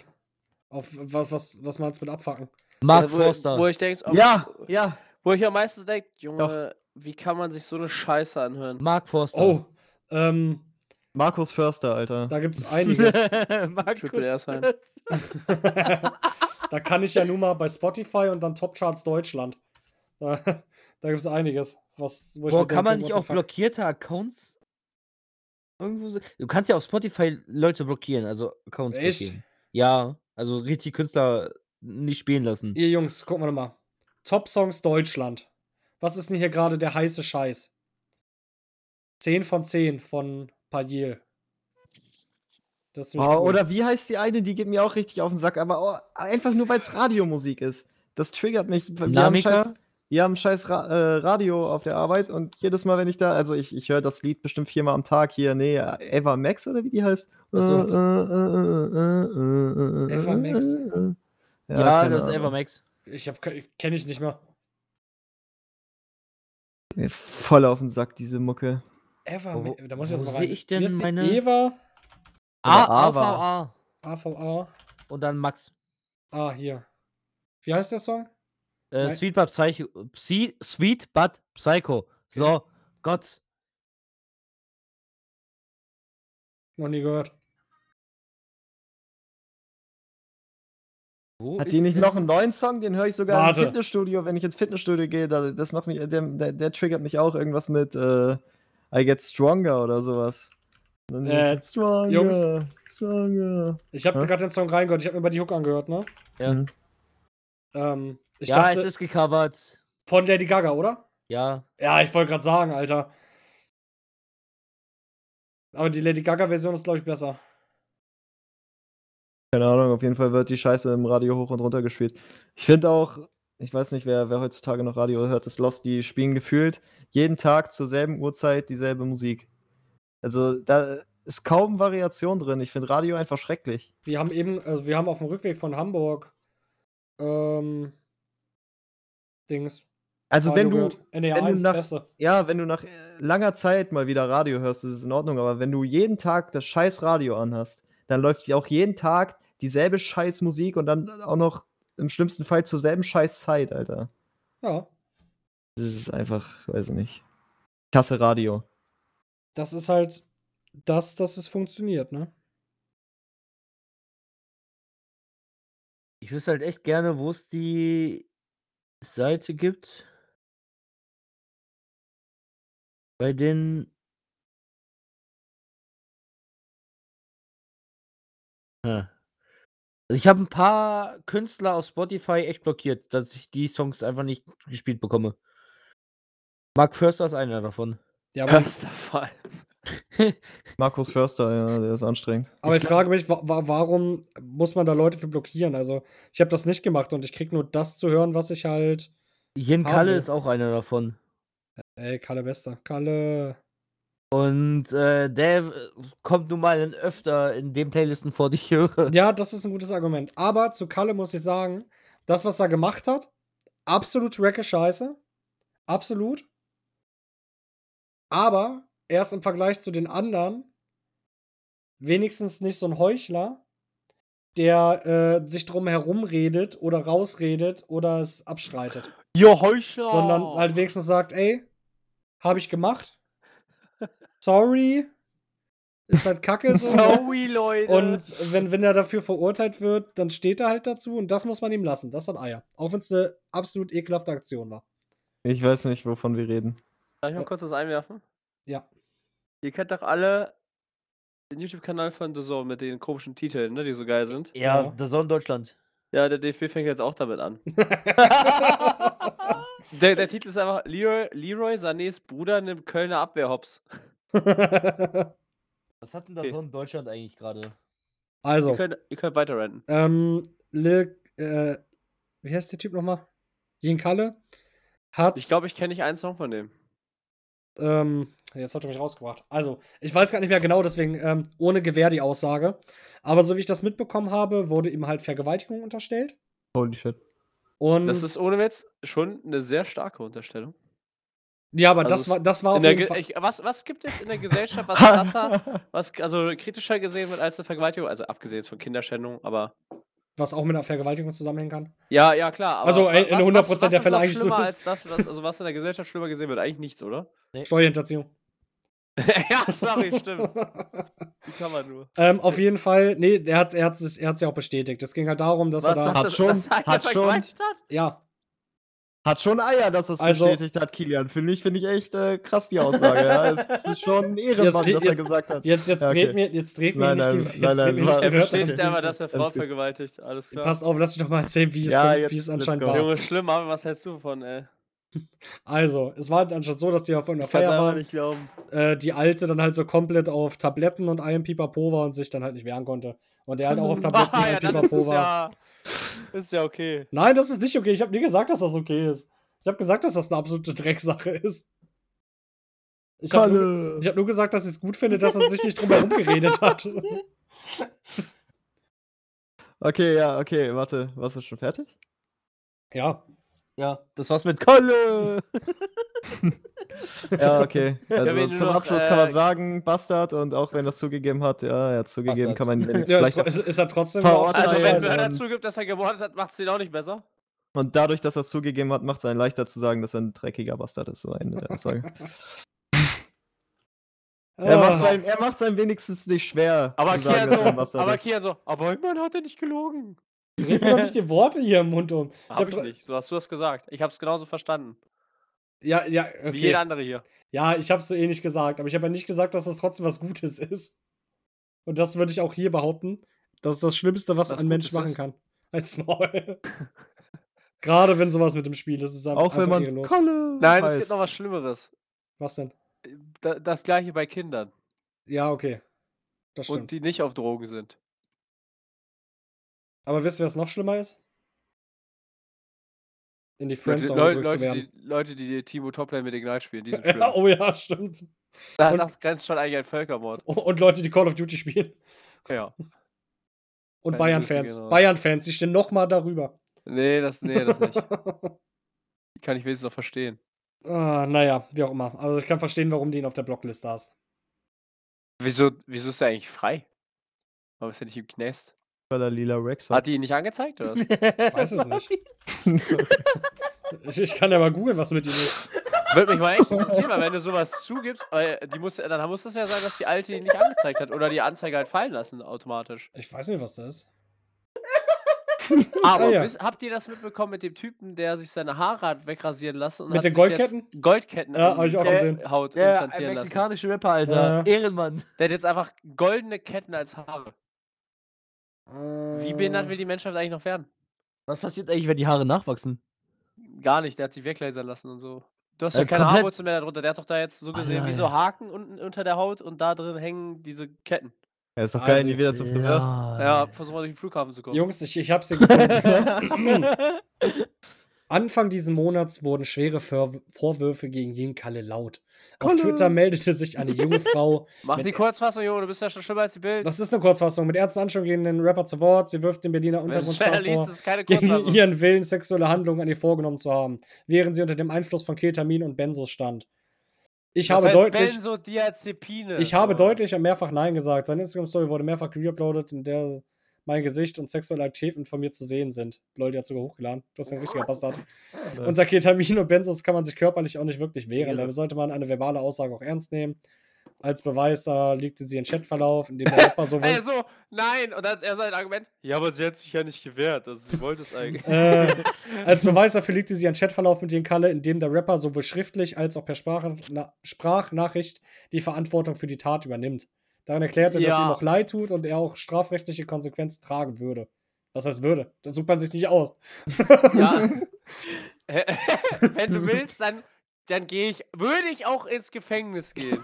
[SPEAKER 1] Auf was, was, was meinst du mit abfacken?
[SPEAKER 2] Mark
[SPEAKER 4] Also, wo,
[SPEAKER 2] Forster.
[SPEAKER 4] Wo ich denke,
[SPEAKER 3] ja.
[SPEAKER 4] wo ich am meisten denke, Junge, wie kann man sich so eine Scheiße anhören?
[SPEAKER 2] Mark
[SPEAKER 3] Ah.
[SPEAKER 2] Forster.
[SPEAKER 1] Oh, ähm,
[SPEAKER 3] Markus Förster, Alter.
[SPEAKER 1] da gibt's einiges.
[SPEAKER 4] Triple R sein.
[SPEAKER 1] da kann ich ja nun mal bei Spotify und dann Top Charts Deutschland. Da, da gibt's einiges. Was, wo ich mir
[SPEAKER 2] Boah,
[SPEAKER 1] denke,
[SPEAKER 2] kann man
[SPEAKER 1] what
[SPEAKER 2] nicht
[SPEAKER 1] the
[SPEAKER 2] auch
[SPEAKER 1] fuck.
[SPEAKER 2] blockierte Accounts irgendwo se- Du kannst ja auf Spotify Leute blockieren, also Accounts
[SPEAKER 1] Echt?
[SPEAKER 2] blockieren. Ja, also richtig Künstler nicht spielen lassen.
[SPEAKER 1] Ihr Jungs, gucken wir doch mal. Top Songs Deutschland. Was ist denn hier gerade der heiße Scheiß? 10 von 10 von Pajil. Das ist ziemlich
[SPEAKER 3] Oh,
[SPEAKER 2] Ah,
[SPEAKER 1] cool.
[SPEAKER 3] oder wie heißt die eine, die geht mir auch richtig auf den Sack, aber oh, einfach nur, weil es Radiomusik ist. Das triggert mich. Wir haben
[SPEAKER 2] Namika?
[SPEAKER 3] scheiß, wir haben scheiß Ra äh, Radio auf der Arbeit und jedes Mal, wenn ich da, also ich, ich höre das Lied bestimmt viermal am Tag hier, nee, äh, Eva Max oder wie die heißt? Äh,
[SPEAKER 2] Ach so.
[SPEAKER 1] Eva
[SPEAKER 3] Eva
[SPEAKER 1] Max?
[SPEAKER 2] Ja,
[SPEAKER 3] äh, keine
[SPEAKER 2] das ist
[SPEAKER 3] Ahnung.
[SPEAKER 2] Evermax.
[SPEAKER 1] Ich hab, ke- kenn ich nicht mal.
[SPEAKER 3] Geht mir Voll auf den Sack, diese Mucke.
[SPEAKER 1] Eva,
[SPEAKER 2] Wo-
[SPEAKER 1] da muss ich jetzt
[SPEAKER 2] wo
[SPEAKER 1] mal
[SPEAKER 2] seh
[SPEAKER 1] rein.
[SPEAKER 2] ich denn
[SPEAKER 1] Hier ist die
[SPEAKER 2] meine-
[SPEAKER 1] Eva,
[SPEAKER 2] A,
[SPEAKER 3] Oder
[SPEAKER 2] A,
[SPEAKER 3] Ava.
[SPEAKER 2] A, A.
[SPEAKER 1] AVA.
[SPEAKER 2] Und dann Max.
[SPEAKER 1] Ah, hier. Wie heißt der Song?
[SPEAKER 2] Äh,
[SPEAKER 1] Nein.
[SPEAKER 2] Sweet, but Psycho, Psy, Sweet but Psycho. So, Gott.
[SPEAKER 1] Noch nie gehört.
[SPEAKER 2] Wo
[SPEAKER 3] Hat
[SPEAKER 2] ist
[SPEAKER 3] die nicht
[SPEAKER 2] denn-
[SPEAKER 3] noch einen neuen Song? Den höre ich sogar
[SPEAKER 1] Warte.
[SPEAKER 3] im Fitnessstudio. Wenn ich ins Fitnessstudio gehe, da, das macht mich, der, der, der triggert mich auch irgendwas mit äh, I Get Stronger oder sowas. Dann
[SPEAKER 1] Äh,
[SPEAKER 3] jetzt, stronger,
[SPEAKER 1] Jungs.
[SPEAKER 3] stronger.
[SPEAKER 1] Ich habe
[SPEAKER 3] Ja.
[SPEAKER 1] gerade den Song reingehört, ich habe mir mal die Hook angehört, ne?
[SPEAKER 2] Ja.
[SPEAKER 3] Mhm.
[SPEAKER 1] Ähm, ich
[SPEAKER 2] ja,
[SPEAKER 1] dachte,
[SPEAKER 2] es ist gecovert.
[SPEAKER 1] von Lady Gaga, oder?
[SPEAKER 2] Ja.
[SPEAKER 1] Ja, ich wollte gerade sagen, Alter. Aber die Lady Gaga-Version ist, glaube ich, besser.
[SPEAKER 3] Keine Ahnung, auf jeden Fall wird die Scheiße im Radio hoch und runter gespielt. Ich finde auch, ich weiß nicht, wer, wer heutzutage noch Radio hört, ist Lost, die spielen gefühlt jeden Tag zur selben Uhrzeit dieselbe Musik. Also da ist kaum Variation drin. Ich finde Radio einfach schrecklich.
[SPEAKER 1] Wir haben eben, also wir haben auf dem Rückweg von Hamburg, ähm, Dings.
[SPEAKER 3] Also wenn
[SPEAKER 1] Radio
[SPEAKER 3] du,
[SPEAKER 1] gehört. E NDR
[SPEAKER 3] wenn du
[SPEAKER 1] 1,
[SPEAKER 3] nach-
[SPEAKER 1] Beste.
[SPEAKER 3] ja, wenn du nach äh, langer Zeit mal wieder Radio hörst, ist es in Ordnung, aber wenn du jeden Tag das scheiß Radio anhast, dann läuft die auch jeden Tag dieselbe scheiß Musik und dann auch noch im schlimmsten Fall zur selben scheiß Zeit, Alter.
[SPEAKER 1] Ja.
[SPEAKER 3] Das ist einfach, weiß ich nicht. Kasse Radio.
[SPEAKER 1] Das ist halt das, dass es funktioniert, ne?
[SPEAKER 2] Ich wüsste halt echt gerne, wo es die Seite gibt. Bei den. Hm. Also ich habe ein paar Künstler auf Spotify echt blockiert, dass ich die Songs einfach nicht gespielt bekomme. Mark Förster ist einer davon.
[SPEAKER 1] Ja, aber,
[SPEAKER 4] Erster Fall.
[SPEAKER 3] Markus Förster, ja, der ist anstrengend.
[SPEAKER 1] aber ich frage mich, wa wa warum muss man da Leute für blockieren? Also, ich habe das nicht gemacht und ich krieg nur das zu hören, was ich halt.
[SPEAKER 2] Jen
[SPEAKER 1] Haben
[SPEAKER 2] Kalle
[SPEAKER 1] wir.
[SPEAKER 2] ist auch einer davon.
[SPEAKER 1] Ey, Kalle Bester. Kalle.
[SPEAKER 2] Und äh, der äh, kommt nun mal in- öfter in den Playlisten vor, die ich höre.
[SPEAKER 1] Ja, das ist ein gutes Argument. Aber zu Kalle muss ich sagen, das, was er gemacht hat, absolut recke Scheiße. Absolut. Aber er ist im Vergleich zu den anderen wenigstens nicht so ein Heuchler, der äh, sich drum herumredet oder rausredet oder es abstreitet.
[SPEAKER 4] Jo, Heuchler!
[SPEAKER 1] Sondern halt wenigstens sagt, ey, habe ich gemacht. Sorry. Ist halt kacke so.
[SPEAKER 4] Sorry, Leute!
[SPEAKER 1] Und wenn, wenn er dafür verurteilt wird, dann steht er halt dazu und das muss man ihm lassen. Das hat Eier. Auch wenn es eine absolut ekelhafte Aktion war.
[SPEAKER 3] Ich weiß nicht, wovon wir reden.
[SPEAKER 4] Darf ich mal kurz was einwerfen?
[SPEAKER 1] Ja.
[SPEAKER 4] Ihr kennt doch alle den YouTube-Kanal von The Zone mit den komischen Titeln, ne, die so geil sind.
[SPEAKER 2] Ja,
[SPEAKER 1] Ja.
[SPEAKER 2] der Sonne Deutschland.
[SPEAKER 4] Ja, der DFB fängt jetzt auch damit an. Der, der Titel ist einfach Leroy, Leroy Sanés Bruder nimmt Kölner Abwehrhops.
[SPEAKER 2] Was hat denn der
[SPEAKER 4] Okay.
[SPEAKER 2] Sonne Deutschland eigentlich gerade?
[SPEAKER 1] also,
[SPEAKER 4] Ihr, könnt, ihr könnt weiter rennen.
[SPEAKER 1] ähm, Lil, äh, wie heißt der Typ nochmal? Jean Kalle hat,
[SPEAKER 4] Ich glaube, ich kenne nicht einen Song von dem.
[SPEAKER 1] ähm, jetzt hat er mich rausgebracht. Also, ich weiß gar nicht mehr genau, deswegen, ähm, ohne Gewehr die Aussage. Aber so wie ich das mitbekommen habe, wurde ihm halt Vergewaltigung unterstellt.
[SPEAKER 3] Holy shit.
[SPEAKER 1] Und
[SPEAKER 4] Das ist ohne Witz schon eine sehr starke Unterstellung.
[SPEAKER 1] ja, aber
[SPEAKER 4] also
[SPEAKER 1] das
[SPEAKER 4] es-
[SPEAKER 1] war, das war
[SPEAKER 4] In
[SPEAKER 1] auf
[SPEAKER 4] der
[SPEAKER 1] jeden
[SPEAKER 4] Ge
[SPEAKER 1] Fall.
[SPEAKER 4] ich, was, was gibt es in der Gesellschaft, was krasser, was also kritischer gesehen wird als eine Vergewaltigung? Also abgesehen jetzt von Kinderschändung, aber.
[SPEAKER 1] was auch mit einer Vergewaltigung zusammenhängen kann.
[SPEAKER 4] Ja, ja, klar. Aber
[SPEAKER 1] Also,
[SPEAKER 4] wa-
[SPEAKER 1] ey, in
[SPEAKER 4] was-
[SPEAKER 1] 100% der
[SPEAKER 4] was, was ist
[SPEAKER 1] Fälle
[SPEAKER 4] noch
[SPEAKER 1] eigentlich so
[SPEAKER 4] schlimmer
[SPEAKER 1] ist-
[SPEAKER 4] als das, was, also was in der Gesellschaft schlimmer gesehen wird? Eigentlich nichts, oder?
[SPEAKER 1] Steuerhinterziehung.
[SPEAKER 4] ja, sorry, stimmt. Wie kann man nur?
[SPEAKER 1] ähm, auf jeden Fall, nee, er hat es er hat's, er hat's ja auch bestätigt. Es ging halt darum, dass er da.
[SPEAKER 3] das- Hat schon-
[SPEAKER 4] einer
[SPEAKER 3] hat schon.
[SPEAKER 4] vergewaltigt hat?
[SPEAKER 1] ja,
[SPEAKER 3] Hat schon Eier, dass das
[SPEAKER 1] Also-
[SPEAKER 3] bestätigt hat, Kilian. Finde ich, finde ich echt äh, krass, die Aussage. ja. Ist schon ein Ehrenmann,
[SPEAKER 1] Jetzt-
[SPEAKER 3] dass er
[SPEAKER 1] jetzt-
[SPEAKER 3] gesagt hat.
[SPEAKER 1] jetzt, jetzt
[SPEAKER 3] Ja, okay.
[SPEAKER 1] dreht mir, jetzt dreht
[SPEAKER 3] Nein,
[SPEAKER 1] mir
[SPEAKER 3] nein,
[SPEAKER 1] nicht die,
[SPEAKER 3] nein,
[SPEAKER 1] jetzt dreht
[SPEAKER 3] nein,
[SPEAKER 1] mir nicht
[SPEAKER 3] war-
[SPEAKER 4] Er
[SPEAKER 1] die Wörter.
[SPEAKER 4] bestätigt
[SPEAKER 1] in den
[SPEAKER 4] aber,
[SPEAKER 1] Mund.
[SPEAKER 4] dass er
[SPEAKER 3] Alles
[SPEAKER 4] Frauen
[SPEAKER 3] gut.
[SPEAKER 4] vergewaltigt. Alles klar.
[SPEAKER 1] Passt auf, lass mich doch mal erzählen, wie es,
[SPEAKER 3] Ja,
[SPEAKER 1] denn-
[SPEAKER 3] jetzt-
[SPEAKER 1] wie es
[SPEAKER 3] let's
[SPEAKER 1] anscheinend
[SPEAKER 3] go.
[SPEAKER 1] war.
[SPEAKER 4] Junge, schlimm, aber was hältst du von, ey?
[SPEAKER 1] Also, es war halt anscheinend so, dass die auf einer
[SPEAKER 4] Ich kann's
[SPEAKER 1] Feier
[SPEAKER 4] einfach
[SPEAKER 1] waren,
[SPEAKER 4] nicht glauben.
[SPEAKER 1] äh, die Alte dann halt so komplett auf Tabletten und allem Pipapo war und sich dann halt nicht wehren konnte. Und er halt auch auf Tabletten und
[SPEAKER 4] Ah, ja, dann ist
[SPEAKER 1] Pipapo
[SPEAKER 4] es
[SPEAKER 1] war.
[SPEAKER 4] ja. Ist ja okay.
[SPEAKER 1] Nein, das ist nicht okay. Ich habe nie gesagt, dass das okay ist. Ich habe gesagt, dass das eine absolute Drecksache ist. Ich habe nur,
[SPEAKER 3] Kalle.
[SPEAKER 1] ich hab nur gesagt, dass ich es gut finde, dass er sich nicht drum herum geredet hat.
[SPEAKER 3] Okay, ja, okay, warte. Warst du schon fertig?
[SPEAKER 1] Ja.
[SPEAKER 2] Ja, das war's mit
[SPEAKER 3] Kalle! ja, okay. Also
[SPEAKER 4] wenn du
[SPEAKER 3] zum
[SPEAKER 4] noch,
[SPEAKER 3] Abschluss kann man
[SPEAKER 4] äh,
[SPEAKER 3] sagen, Bastard. Und auch wenn das zugegeben hat, ja, er hat zugegeben,
[SPEAKER 2] Bastard.
[SPEAKER 3] kann man ihm nichts
[SPEAKER 1] ja ist,
[SPEAKER 3] leichter-
[SPEAKER 1] ist, ist er trotzdem
[SPEAKER 3] Verurteilt.
[SPEAKER 1] noch-
[SPEAKER 4] Also,
[SPEAKER 3] ja,
[SPEAKER 4] wenn
[SPEAKER 3] also-
[SPEAKER 4] Mörder zugibt, dass er gemordet hat, macht's den auch nicht besser.
[SPEAKER 3] Und dadurch, dass er es zugegeben hat, macht es einen leichter zu sagen, dass er ein dreckiger Bastard ist. So äh, Ende der Aussage. Er macht,
[SPEAKER 1] Ah.
[SPEAKER 3] sein, er macht sein wenigstens nicht schwer.
[SPEAKER 4] Oh. Aber
[SPEAKER 3] zu sagen,
[SPEAKER 4] Kian
[SPEAKER 3] dass er ein
[SPEAKER 4] so,
[SPEAKER 3] Bastard
[SPEAKER 4] aber
[SPEAKER 3] ist.
[SPEAKER 4] Kian so, aber Heumann hat er nicht gelogen.
[SPEAKER 1] Red mir doch nicht die Worte hier im Mund um. Ich
[SPEAKER 4] Hab
[SPEAKER 1] hab
[SPEAKER 4] ich
[SPEAKER 1] dr-
[SPEAKER 4] nicht, so hast du das gesagt. Ich hab's genauso verstanden.
[SPEAKER 1] Ja, ja,
[SPEAKER 4] Wie jeder
[SPEAKER 1] okay.
[SPEAKER 4] andere hier.
[SPEAKER 1] Ja, ich hab's so ähnlich gesagt, aber ich habe ja nicht gesagt, dass das trotzdem was Gutes ist. Und das würde ich auch hier behaupten. Das ist das Schlimmste, was
[SPEAKER 4] Was
[SPEAKER 1] ein Mensch
[SPEAKER 4] Gutes
[SPEAKER 1] machen
[SPEAKER 4] ist?
[SPEAKER 1] kann. Als Maul. Gerade wenn sowas mit dem Spiel ist, ist es einfach
[SPEAKER 3] Auch wenn man
[SPEAKER 1] ehrenlos.
[SPEAKER 3] Kalle
[SPEAKER 4] Nein, es gibt
[SPEAKER 3] heißt.
[SPEAKER 4] noch was Schlimmeres.
[SPEAKER 1] Was denn?
[SPEAKER 4] Da, das gleiche bei Kindern.
[SPEAKER 1] Ja, okay. Das stimmt.
[SPEAKER 4] Und die nicht auf Drogen sind.
[SPEAKER 1] Aber wisst ihr, was noch schlimmer ist? In die
[SPEAKER 4] Leute,
[SPEAKER 1] Friendzone
[SPEAKER 4] Leute,
[SPEAKER 1] gedrückt zu
[SPEAKER 4] Leute,
[SPEAKER 1] werden.
[SPEAKER 4] die, Leute, die Timo Toplane mit den Gnade spielen, die sind schlimm.
[SPEAKER 1] Ja, oh ja, stimmt.
[SPEAKER 4] Da-
[SPEAKER 1] und-
[SPEAKER 4] das grenzt schon eigentlich an Völkermord.
[SPEAKER 1] Und- Und Leute, die Call of Duty spielen.
[SPEAKER 4] Ja.
[SPEAKER 1] Und
[SPEAKER 4] Keine
[SPEAKER 1] Bayern-Fans.
[SPEAKER 4] Grüße gehen raus.
[SPEAKER 1] Bayern-Fans, die stehen nochmal darüber.
[SPEAKER 4] Nee, das, nee, das nicht. Die kann ich wenigstens noch verstehen.
[SPEAKER 1] Ah, naja, wie auch immer. Also ich kann verstehen, warum die ihn auf der Blockliste hast.
[SPEAKER 4] Wieso, wieso ist er eigentlich frei? Warum ist er nicht im Knast?
[SPEAKER 3] Weil er lila Rex
[SPEAKER 4] Hat
[SPEAKER 3] hat.
[SPEAKER 4] die ihn nicht angezeigt? Oder? was?
[SPEAKER 1] weiß es nicht. Ich, ich kann ja mal googeln, was mit ihm ist.
[SPEAKER 4] Würde mich mal echt interessieren, weil wenn du sowas zugibst, äh, die muss, dann muss es ja sein, dass die Alte ihn nicht angezeigt hat oder die Anzeige halt fallen lassen automatisch.
[SPEAKER 1] Ich weiß nicht, was das ist.
[SPEAKER 4] Aber
[SPEAKER 1] Ah, ja.
[SPEAKER 4] wisst- habt ihr das mitbekommen mit dem Typen, der sich seine Haare hat wegrasieren lassen? Und
[SPEAKER 1] Mit
[SPEAKER 4] hat
[SPEAKER 1] den
[SPEAKER 4] sich
[SPEAKER 1] Goldketten?
[SPEAKER 4] Jetzt Goldketten
[SPEAKER 1] Ja,
[SPEAKER 4] an
[SPEAKER 1] hab ich auch
[SPEAKER 4] der
[SPEAKER 1] gesehen.
[SPEAKER 4] Haut
[SPEAKER 2] Ja, ein
[SPEAKER 4] implantieren lassen.
[SPEAKER 2] mexikanischer Rapper, Alter.
[SPEAKER 1] Ja.
[SPEAKER 2] Ehrenmann.
[SPEAKER 4] Der hat jetzt einfach goldene Ketten als Haare. Wie behindert will die Menschheit eigentlich noch werden?
[SPEAKER 2] Was passiert eigentlich, wenn die Haare nachwachsen?
[SPEAKER 4] Gar nicht, der hat sie weglasern lassen und so. Du hast
[SPEAKER 2] Äh,
[SPEAKER 4] ja keine
[SPEAKER 2] komplett-
[SPEAKER 4] Haarwurzel mehr darunter. Der hat doch da jetzt so gesehen, wie so Haken unten unter der Haut und da drin hängen diese Ketten.
[SPEAKER 3] Er ist doch geil,
[SPEAKER 1] Also,
[SPEAKER 3] nie wieder zum Friseur.
[SPEAKER 1] Ah,
[SPEAKER 4] Ja, versuch mal durch den Flughafen zu kommen.
[SPEAKER 1] Jungs, ich, ich hab's hier gefunden. Anfang diesen Monats wurden schwere Vor Vorwürfe gegen Yin Kalle laut. Auf
[SPEAKER 3] Kalle.
[SPEAKER 1] Twitter meldete sich eine junge Frau.
[SPEAKER 4] Mach die Kurzfassung, Junge, du bist ja schon schlimmer als die Bild.
[SPEAKER 1] Das ist eine Kurzfassung. Mit Ärzten Anschlag gegen den Rapper zu Wort. Sie wirft den Berliner
[SPEAKER 4] Wenn du es
[SPEAKER 1] Untergrund
[SPEAKER 4] schneller liest,
[SPEAKER 1] vor,
[SPEAKER 4] ist es keine
[SPEAKER 1] gegen
[SPEAKER 4] Kurzfassung.
[SPEAKER 1] ihren Willen sexuelle Handlungen an ihr vorgenommen zu haben, während sie unter dem Einfluss von Ketamin und Benzos stand. Ich
[SPEAKER 4] Das
[SPEAKER 1] habe
[SPEAKER 4] heißt
[SPEAKER 1] deutlich.
[SPEAKER 4] Benzodiazepine.
[SPEAKER 1] Ich habe
[SPEAKER 4] Junge.
[SPEAKER 1] deutlich und mehrfach Nein gesagt. Seine Instagram-Story wurde mehrfach geuploadet, in der mein Gesicht und sexuelle Aktivitäten von mir zu sehen sind. Lol, die hat sogar hochgeladen. Das ist ein richtiger Bastard.
[SPEAKER 3] Alter.
[SPEAKER 1] Unter Ketamin und Benzos kann man sich körperlich auch nicht wirklich wehren.
[SPEAKER 4] Irre.
[SPEAKER 1] Dabei sollte man eine verbale Aussage auch ernst nehmen. Als Beweis da legte sie ihren Chatverlauf, in dem der Rapper so
[SPEAKER 4] Ey, so, nein. Und dann ist er sein Argument. Ja, aber sie hat sich ja nicht gewehrt. Also sie wollte es eigentlich.
[SPEAKER 1] äh, als Beweis dafür legte sie einen Chatverlauf mit Jan Kalle, in dem der Rapper sowohl schriftlich als auch per Sprache, na, Sprachnachricht die Verantwortung für die Tat übernimmt. Darin erklärte, er, dass
[SPEAKER 4] Ja.
[SPEAKER 1] ihm auch leid tut und er auch strafrechtliche Konsequenzen tragen würde. Was heißt würde? Das sucht man sich nicht aus.
[SPEAKER 4] ja. Wenn du willst, dann, dann gehe ich, würde ich auch ins Gefängnis gehen.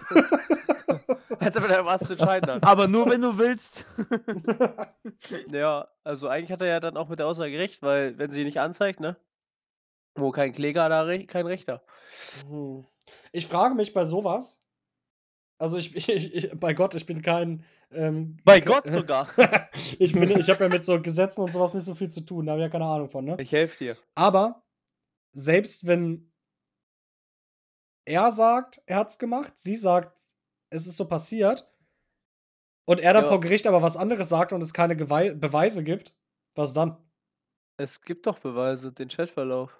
[SPEAKER 4] Als ob er da was zu entscheiden hat.
[SPEAKER 2] Aber nur wenn du willst.
[SPEAKER 4] Ja, also eigentlich hat er ja dann auch mit der Aussage recht, weil wenn sie ihn nicht anzeigt, ne? Wo kein Kläger, da Re kein Richter.
[SPEAKER 1] Hm. Ich frage mich bei sowas. Also ich, ich, ich bei Gott, ich bin kein ähm,
[SPEAKER 4] Bei Gott sogar.
[SPEAKER 1] ich bin, ich habe ja mit so Gesetzen und sowas nicht so viel zu tun, da habe ich ja keine Ahnung von, ne?
[SPEAKER 4] Ich helfe dir.
[SPEAKER 1] Aber selbst wenn er sagt, er hat's gemacht, sie sagt, es ist so passiert und er dann
[SPEAKER 4] Ja.
[SPEAKER 1] vor Gericht aber was anderes sagt und es keine Gewei Beweise gibt, was dann?
[SPEAKER 4] Es gibt doch Beweise, den Chatverlauf.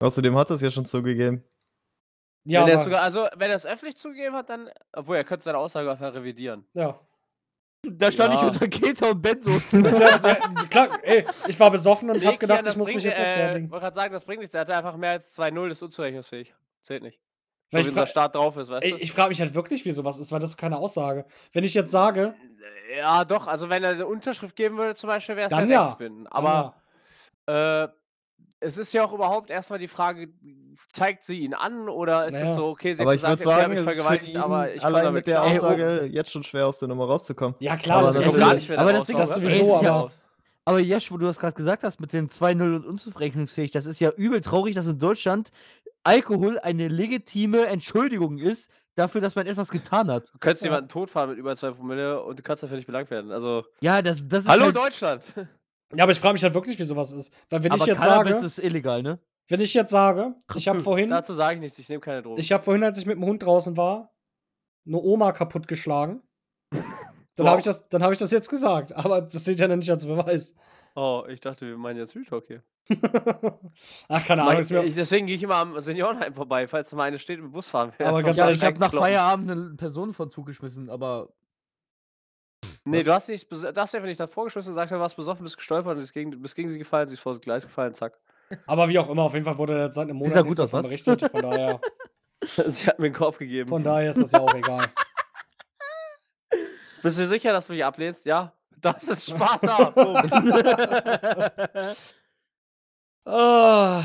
[SPEAKER 3] Außerdem hat er es ja schon zugegeben.
[SPEAKER 1] Ja,
[SPEAKER 4] wenn er es
[SPEAKER 1] aber-
[SPEAKER 4] sogar, also wenn er es öffentlich zugegeben hat, dann. Obwohl, er könnte seine Aussage einfach revidieren.
[SPEAKER 1] ja.
[SPEAKER 2] Da stand
[SPEAKER 4] Ja.
[SPEAKER 2] ich unter Keter und Benzos.
[SPEAKER 1] Ja, ja, Klar, ey, ich war besoffen und hab
[SPEAKER 4] Leg hier,
[SPEAKER 1] gedacht, ich muss mich jetzt
[SPEAKER 4] ni- äh,
[SPEAKER 1] rechtfertigen.
[SPEAKER 4] wollte gerade sagen, das bringt nichts. Er hatte einfach mehr als 2-0, ist unzurechnungsfähig. Zählt nicht. So
[SPEAKER 1] Weil
[SPEAKER 4] wie
[SPEAKER 1] ich
[SPEAKER 4] unser
[SPEAKER 1] fra
[SPEAKER 4] Start drauf ist, weißt
[SPEAKER 1] ey, ich frage mich halt wirklich, wie sowas ist, weil das ist keine Aussage. Wenn ich jetzt sage,
[SPEAKER 4] du? Ja, doch. Also, wenn er eine Unterschrift geben würde, zum Beispiel, wäre es ja
[SPEAKER 1] Dann ja.
[SPEAKER 4] rechtsbindend. Aber äh, es ist ja auch überhaupt erstmal die Frage, zeigt sie ihn an oder ist
[SPEAKER 1] Naja.
[SPEAKER 4] es so, okay, sie
[SPEAKER 3] Aber
[SPEAKER 4] hat
[SPEAKER 3] ich würde
[SPEAKER 4] gesagt, okay,
[SPEAKER 3] sagen,
[SPEAKER 4] ich
[SPEAKER 3] es ist für
[SPEAKER 4] vergewaltigt,
[SPEAKER 3] ihn
[SPEAKER 4] aber ich komme
[SPEAKER 3] allein
[SPEAKER 4] damit
[SPEAKER 3] mit der
[SPEAKER 4] klar. Ey, oh,
[SPEAKER 3] Aussage jetzt schon schwer aus der Nummer rauszukommen.
[SPEAKER 1] ja, ja klar,
[SPEAKER 3] Aber
[SPEAKER 1] das
[SPEAKER 3] das
[SPEAKER 1] ist
[SPEAKER 3] kommt
[SPEAKER 4] gar
[SPEAKER 3] gar
[SPEAKER 4] nicht
[SPEAKER 1] ja
[SPEAKER 4] mehr
[SPEAKER 2] aber
[SPEAKER 4] da
[SPEAKER 2] das Ding
[SPEAKER 4] raus,
[SPEAKER 1] ist
[SPEAKER 4] aber-
[SPEAKER 1] sowieso,
[SPEAKER 4] Ey, ist ja
[SPEAKER 1] aber-
[SPEAKER 4] auch-
[SPEAKER 2] Aber Jesch, wo du das gerade gesagt hast, mit dem 2-0 und unzurechnungsfähig, das ist ja übel traurig, dass in Deutschland Alkohol eine legitime Entschuldigung ist dafür, dass man etwas getan hat.
[SPEAKER 4] Du könntest
[SPEAKER 1] Ja.
[SPEAKER 4] jemanden totfahren mit über zwei Promille und du kannst dafür nicht belangt werden. Also,
[SPEAKER 2] Ja, das, das ist.
[SPEAKER 4] hallo
[SPEAKER 2] halt,
[SPEAKER 4] Deutschland!
[SPEAKER 1] ja, aber ich frage mich halt wirklich, wie sowas ist, weil wenn
[SPEAKER 2] aber
[SPEAKER 1] ich jetzt
[SPEAKER 2] Cannabis
[SPEAKER 1] sage,
[SPEAKER 2] ist illegal, ne?
[SPEAKER 1] wenn ich jetzt sage, ich habe vorhin
[SPEAKER 4] Dazu sage ich nichts, ich nehme keine Drogen.
[SPEAKER 1] Ich habe vorhin, als ich mit dem Hund draußen war, eine Oma kaputtgeschlagen. Dann
[SPEAKER 4] Wow.
[SPEAKER 1] habe ich, das- dann hab ich das jetzt gesagt, aber das seht ihr ja nicht als Beweis.
[SPEAKER 4] oh, ich dachte, wir meinen jetzt Retalk hier.
[SPEAKER 1] Ach, keine Ahnung.
[SPEAKER 4] Mein,
[SPEAKER 1] Ist mir,
[SPEAKER 4] ich, deswegen gehe ich immer am Seniorenheim vorbei, falls da mal eine steht mit dem Bus fahren will.
[SPEAKER 1] Aber
[SPEAKER 4] Einfach
[SPEAKER 1] ganz
[SPEAKER 4] mal
[SPEAKER 2] Ja,
[SPEAKER 1] ehrlich,
[SPEAKER 2] ich habe nach
[SPEAKER 4] reinkloppen.
[SPEAKER 2] Feierabend eine Person von Zug geschmissen, aber.
[SPEAKER 4] Nee, du hast nicht, bes- du hast einfach nicht davor geschmissen und gesagt, du warst besoffen, bist gestolpert und bist gegen, bist gegen sie gefallen, sie ist vor das Gleis gefallen, zack.
[SPEAKER 1] Aber wie auch immer, auf jeden Fall wurde seit einem
[SPEAKER 2] Die
[SPEAKER 1] Monat
[SPEAKER 2] sah
[SPEAKER 1] nichts
[SPEAKER 2] gut aus,
[SPEAKER 1] davon
[SPEAKER 2] was?
[SPEAKER 1] berichtet. Von daher,
[SPEAKER 4] Sie hat mir einen Korb gegeben.
[SPEAKER 1] von daher ist das ja auch egal.
[SPEAKER 4] Bist du sicher, dass du mich ablehnst? Ja. Das ist Sparta. Boom.
[SPEAKER 1] Ah.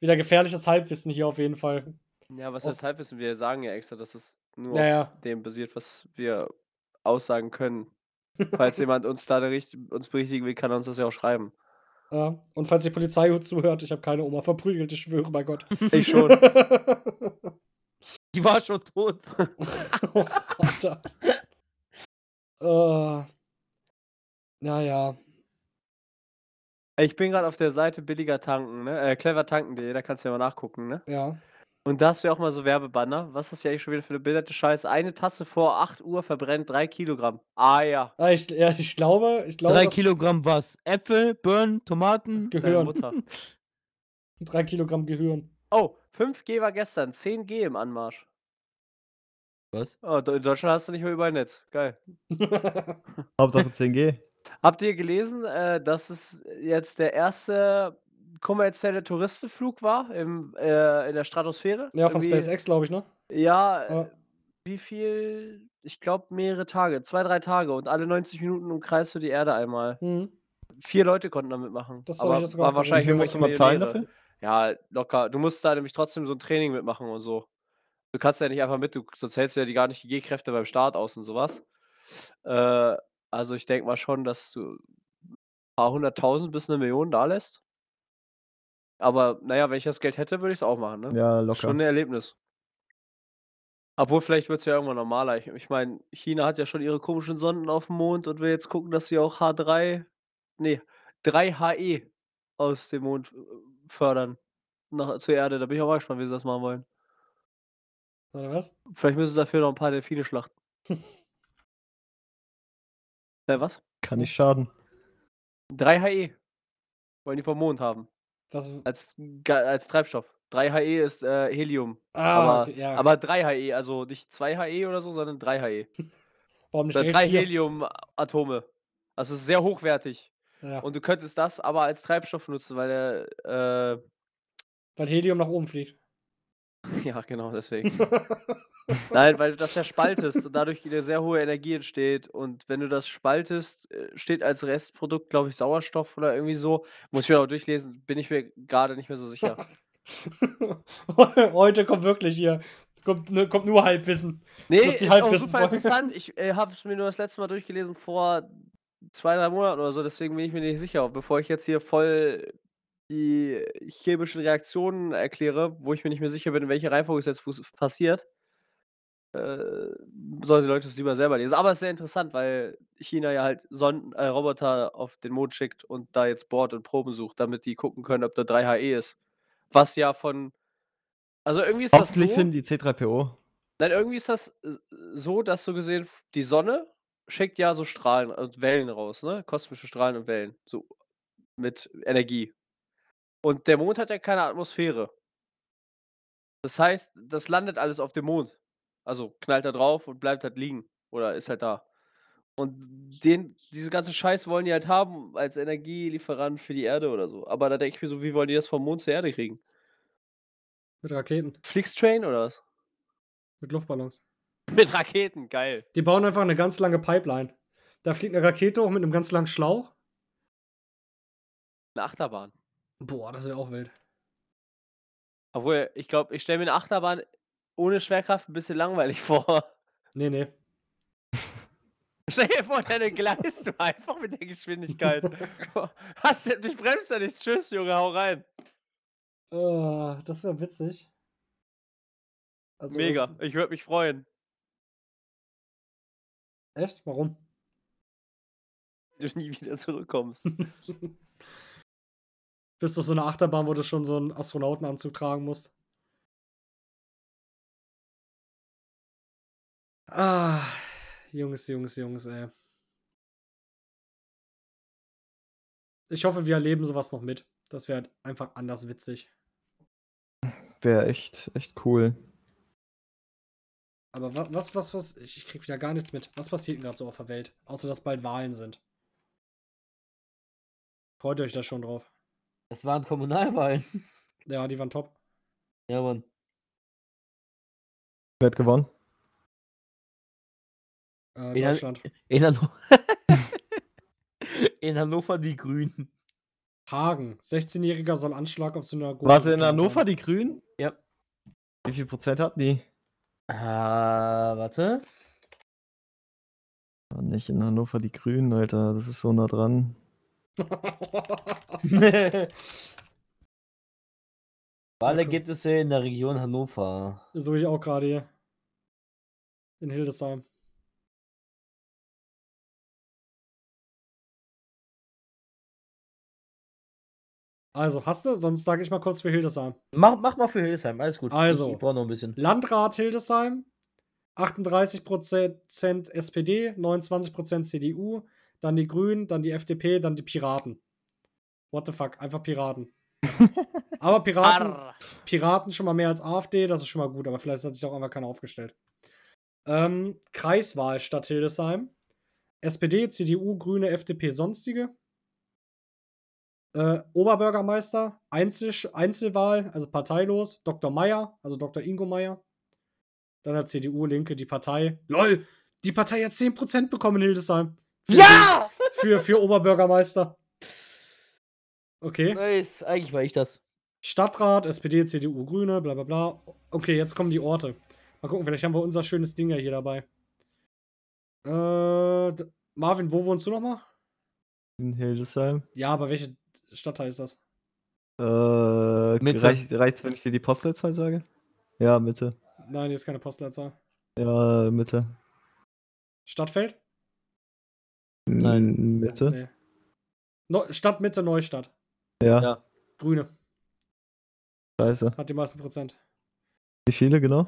[SPEAKER 1] Wieder gefährliches Halbwissen hier auf jeden Fall.
[SPEAKER 4] ja, was
[SPEAKER 1] Aus-
[SPEAKER 4] heißt Halbwissen? Wir sagen ja extra, dass es nur auf
[SPEAKER 1] Naja,
[SPEAKER 4] dem basiert, was wir aussagen können. Falls jemand uns da eine richt- uns berichtigen will, kann er uns das ja auch schreiben.
[SPEAKER 1] ja. äh, und falls die Polizei zuhört, ich habe keine Oma verprügelt, ich schwöre bei Gott.
[SPEAKER 4] Ich schon.
[SPEAKER 2] Die war schon tot.
[SPEAKER 1] Oh, Alter. äh, naja.
[SPEAKER 4] Ich bin gerade auf der Seite billiger tanken, ne? Äh, clevertanken.de, da kannst du ja mal nachgucken, ne?
[SPEAKER 1] Ja.
[SPEAKER 4] Und da hast du ja auch mal so Werbebanner. Was ist ja eigentlich schon wieder für eine bilderte Scheiße? Eine Tasse vor 8 Uhr verbrennt 3 Kilogramm. Ah ja,
[SPEAKER 1] Ah, Ich, ja, ich glaube, ich glaube.
[SPEAKER 2] Drei
[SPEAKER 1] dass-
[SPEAKER 2] Kilogramm was? Äpfel, Birnen, Tomaten.
[SPEAKER 1] Ge-
[SPEAKER 4] deine
[SPEAKER 1] Gehirn.
[SPEAKER 4] Mutter.
[SPEAKER 1] Drei Kilogramm Gehirn.
[SPEAKER 4] Oh, 5G war gestern, 10G im Anmarsch.
[SPEAKER 2] Was?
[SPEAKER 4] Oh, in Deutschland hast du nicht mehr überall Netz. Geil.
[SPEAKER 3] Hauptsache 10G.
[SPEAKER 4] Habt ihr gelesen, äh, dass es jetzt der erste kommerzielle Touristenflug war im, äh, in der Stratosphäre?
[SPEAKER 1] ja, von
[SPEAKER 4] Irgendwie-
[SPEAKER 1] SpaceX, glaube ich, ne?
[SPEAKER 4] Ja, äh,
[SPEAKER 1] Ja.
[SPEAKER 4] wie viel? Ich glaube, mehrere Tage. Zwei, drei Tage. Und alle 90 Minuten umkreist du die Erde einmal.
[SPEAKER 1] Hm.
[SPEAKER 4] Vier Leute konnten damit machen.
[SPEAKER 1] Das hab ich
[SPEAKER 4] aber
[SPEAKER 1] jetzt gar
[SPEAKER 4] war
[SPEAKER 1] nicht
[SPEAKER 3] Wie
[SPEAKER 4] wahrscheinlich
[SPEAKER 3] viel musst du mal
[SPEAKER 4] irgendwelche
[SPEAKER 3] zahlen
[SPEAKER 4] Millionäre.
[SPEAKER 3] dafür?
[SPEAKER 4] Ja, locker. Du musst da nämlich trotzdem so ein Training mitmachen und so. Du kannst ja nicht einfach mit, du, sonst hältst du ja die gar nicht die Gehkräfte beim Start aus und sowas. Äh, also ich denke mal schon, dass du ein paar hunderttausend bis eine Million da lässt. Aber naja, wenn ich das Geld hätte, würde ich es auch machen, ne?
[SPEAKER 3] Ja, locker.
[SPEAKER 4] Schon ein Erlebnis. Obwohl, vielleicht wird es ja irgendwann normaler. Ich, ich meine, China hat ja schon ihre komischen Sonden auf dem Mond und will jetzt gucken, dass sie auch H3, nee, 3HE aus dem Mond äh, fördern. Nach, zur Erde. Da bin ich auch mal gespannt, wie sie das machen wollen.
[SPEAKER 1] Oder was?
[SPEAKER 4] Vielleicht müssen sie dafür noch ein paar Delfine schlachten. Na, was?
[SPEAKER 3] Kann nicht schaden.
[SPEAKER 4] 3HE. Wollen die vom Mond haben.
[SPEAKER 1] Das,
[SPEAKER 4] Als, Ga- als Treibstoff. 3HE ist äh, Helium.
[SPEAKER 1] ah, okay, ja.
[SPEAKER 4] Aber 3HE, also nicht 2HE oder so, sondern E. 3HE.
[SPEAKER 1] Warum nicht
[SPEAKER 4] Oder
[SPEAKER 1] direkt
[SPEAKER 4] drei
[SPEAKER 1] vier?
[SPEAKER 4] Helium-Atome. Also es ist sehr hochwertig.
[SPEAKER 1] Ja,
[SPEAKER 4] Und du könntest das aber als Treibstoff nutzen, weil der. Äh,
[SPEAKER 1] weil Helium nach oben fliegt.
[SPEAKER 4] ja, genau, deswegen. Nein, weil du das ja spaltest und dadurch eine sehr hohe Energie entsteht. Und wenn du das spaltest, äh, steht als Restprodukt, glaube ich, Sauerstoff oder irgendwie so. Muss ich mir auch durchlesen, bin ich mir gerade nicht mehr so sicher.
[SPEAKER 1] Heute kommt wirklich hier. Kommt, ne, kommt nur Halbwissen.
[SPEAKER 4] Nee,
[SPEAKER 1] Dass die
[SPEAKER 4] ist auch
[SPEAKER 1] Halbwissen
[SPEAKER 4] super
[SPEAKER 1] wollen.
[SPEAKER 4] interessant. Ich äh, habe es mir nur das letzte Mal durchgelesen vor zwei, drei Monaten oder so, deswegen bin ich mir nicht sicher, bevor ich jetzt hier voll die chemischen Reaktionen erkläre, wo ich mir nicht mehr sicher bin, in welcher Reihenfolge es jetzt fuß- passiert. Äh, sollen die Leute es lieber selber lesen. Aber es ist sehr interessant, weil China ja halt Sonden, äh, Roboter auf den Mond schickt und da jetzt bohrt und Proben sucht, damit die gucken können, ob da 3HE ist. Was ja von. Also irgendwie ist das.
[SPEAKER 3] Hoffentlich
[SPEAKER 4] So,
[SPEAKER 3] finden die C3PO.
[SPEAKER 4] Nein, irgendwie ist das äh, so, dass so gesehen f- die Sonne schickt ja so Strahlen und Wellen raus, ne? Kosmische Strahlen und Wellen, so mit Energie. Und der Mond hat ja keine Atmosphäre. Das heißt, das landet alles auf dem Mond. Also knallt da drauf und bleibt halt liegen oder ist halt da. Und den, diesen ganzen Scheiß wollen die halt haben als Energielieferant für die Erde oder so. Aber da denke ich mir so, wie wollen die das vom Mond zur Erde kriegen?
[SPEAKER 1] Mit Raketen,
[SPEAKER 4] Flixtrain oder was?
[SPEAKER 1] mit Luftballons.
[SPEAKER 4] Mit Raketen, geil.
[SPEAKER 1] Die bauen einfach eine ganz lange Pipeline. Da fliegt eine Rakete hoch mit einem ganz langen Schlauch.
[SPEAKER 4] Eine Achterbahn.
[SPEAKER 1] Boah, das wäre auch wild.
[SPEAKER 4] Obwohl, ich glaube, ich stelle mir eine Achterbahn ohne Schwerkraft ein bisschen langweilig vor.
[SPEAKER 1] Nee, nee.
[SPEAKER 4] Stell dir vor, deine gleist du einfach mit der Geschwindigkeit. Hast du, dich bremst ja nichts. Tschüss, Junge, hau rein.
[SPEAKER 1] Äh, das wäre witzig. Also,
[SPEAKER 4] Mega. Ich würde mich freuen.
[SPEAKER 1] Echt? Warum?
[SPEAKER 4] wenn Du nie wieder zurückkommst.
[SPEAKER 1] Bist du auf so eine Achterbahn, wo du schon so einen Astronautenanzug tragen musst? Ah, Jungs, Jungs, Jungs, ey. Ich hoffe, wir erleben sowas noch mit. Das wäre halt einfach anders witzig.
[SPEAKER 3] Wäre echt, echt cool.
[SPEAKER 1] Aber wa- was, was, was? Ich, ich krieg wieder gar nichts mit. Was passiert denn gerade so auf der Welt? Außer, dass bald Wahlen sind. Freut euch da schon drauf.
[SPEAKER 2] Das waren Kommunalwahlen.
[SPEAKER 1] Ja, die waren top.
[SPEAKER 2] Ja, Mann.
[SPEAKER 3] Wer hat gewonnen?
[SPEAKER 1] Äh,
[SPEAKER 2] Wen hat-
[SPEAKER 1] Deutschland.
[SPEAKER 2] In, Hanno in Hannover die Grünen.
[SPEAKER 1] Hagen. 16-Jähriger soll Anschlag auf Synagoge.
[SPEAKER 3] Warte, in
[SPEAKER 1] geplant
[SPEAKER 3] Hannover
[SPEAKER 1] haben.
[SPEAKER 3] die Grünen?
[SPEAKER 2] Ja.
[SPEAKER 3] Wie viel Prozent hatten die?
[SPEAKER 2] Ah, warte.
[SPEAKER 3] Ah, Nicht in Hannover die Grünen, Alter. Das ist so nah dran.
[SPEAKER 2] Wahlergebnisse in der Region Hannover.
[SPEAKER 1] so ich auch gerade hier. In Hildesheim. Also, hast du? Sonst sage ich mal kurz für Hildesheim.
[SPEAKER 2] Mach, mach mal für Hildesheim, alles gut. Ich-
[SPEAKER 1] Also.
[SPEAKER 2] Ich brauche noch ein bisschen.
[SPEAKER 1] Landrat Hildesheim, 38% SPD, 29% CDU, dann die Grünen, dann die FDP, dann die Piraten. What the fuck, einfach Piraten. aber Piraten,
[SPEAKER 4] Arr.
[SPEAKER 1] Piraten schon mal mehr als AfD, das ist schon mal gut, aber vielleicht hat sich auch einfach keiner aufgestellt. Ähm, Kreiswahl Stadt Hildesheim. SPD, CDU, Grüne, FDP, sonstige. Äh, Oberbürgermeister, Einzel Einzelwahl, also parteilos, Dr. Meier, also Dr. Ingo Meier. Dann hat CDU, Linke, die Partei. LOL, die Partei hat 10% bekommen in Hildesheim. Für
[SPEAKER 2] Ja!
[SPEAKER 1] Für, für Oberbürgermeister. Okay.
[SPEAKER 2] Nice, eigentlich war ich das.
[SPEAKER 1] Stadtrat, SPD, CDU, Grüne, bla bla bla. Okay, jetzt kommen die Orte. Mal gucken, vielleicht haben wir unser schönes Ding ja hier dabei. Äh, d- Marvin, wo wohnst du nochmal?
[SPEAKER 3] In Hildesheim.
[SPEAKER 1] Ja, aber welche Stadtteil ist das?
[SPEAKER 3] Äh,
[SPEAKER 2] Mitte.
[SPEAKER 3] reicht, reicht's, wenn ich dir die Postleitzahl sage? Ja, Mitte.
[SPEAKER 1] Nein, hier ist keine Postleitzahl.
[SPEAKER 3] Ja, Mitte.
[SPEAKER 1] Stadtfeld?
[SPEAKER 3] Nein. Mitte?
[SPEAKER 1] Nee. Neu- Stadtmitte, Neustadt.
[SPEAKER 3] Ja.
[SPEAKER 2] Ja.
[SPEAKER 1] Grüne
[SPEAKER 3] Scheiße.
[SPEAKER 1] hat die meisten Prozent.
[SPEAKER 3] Wie viele genau?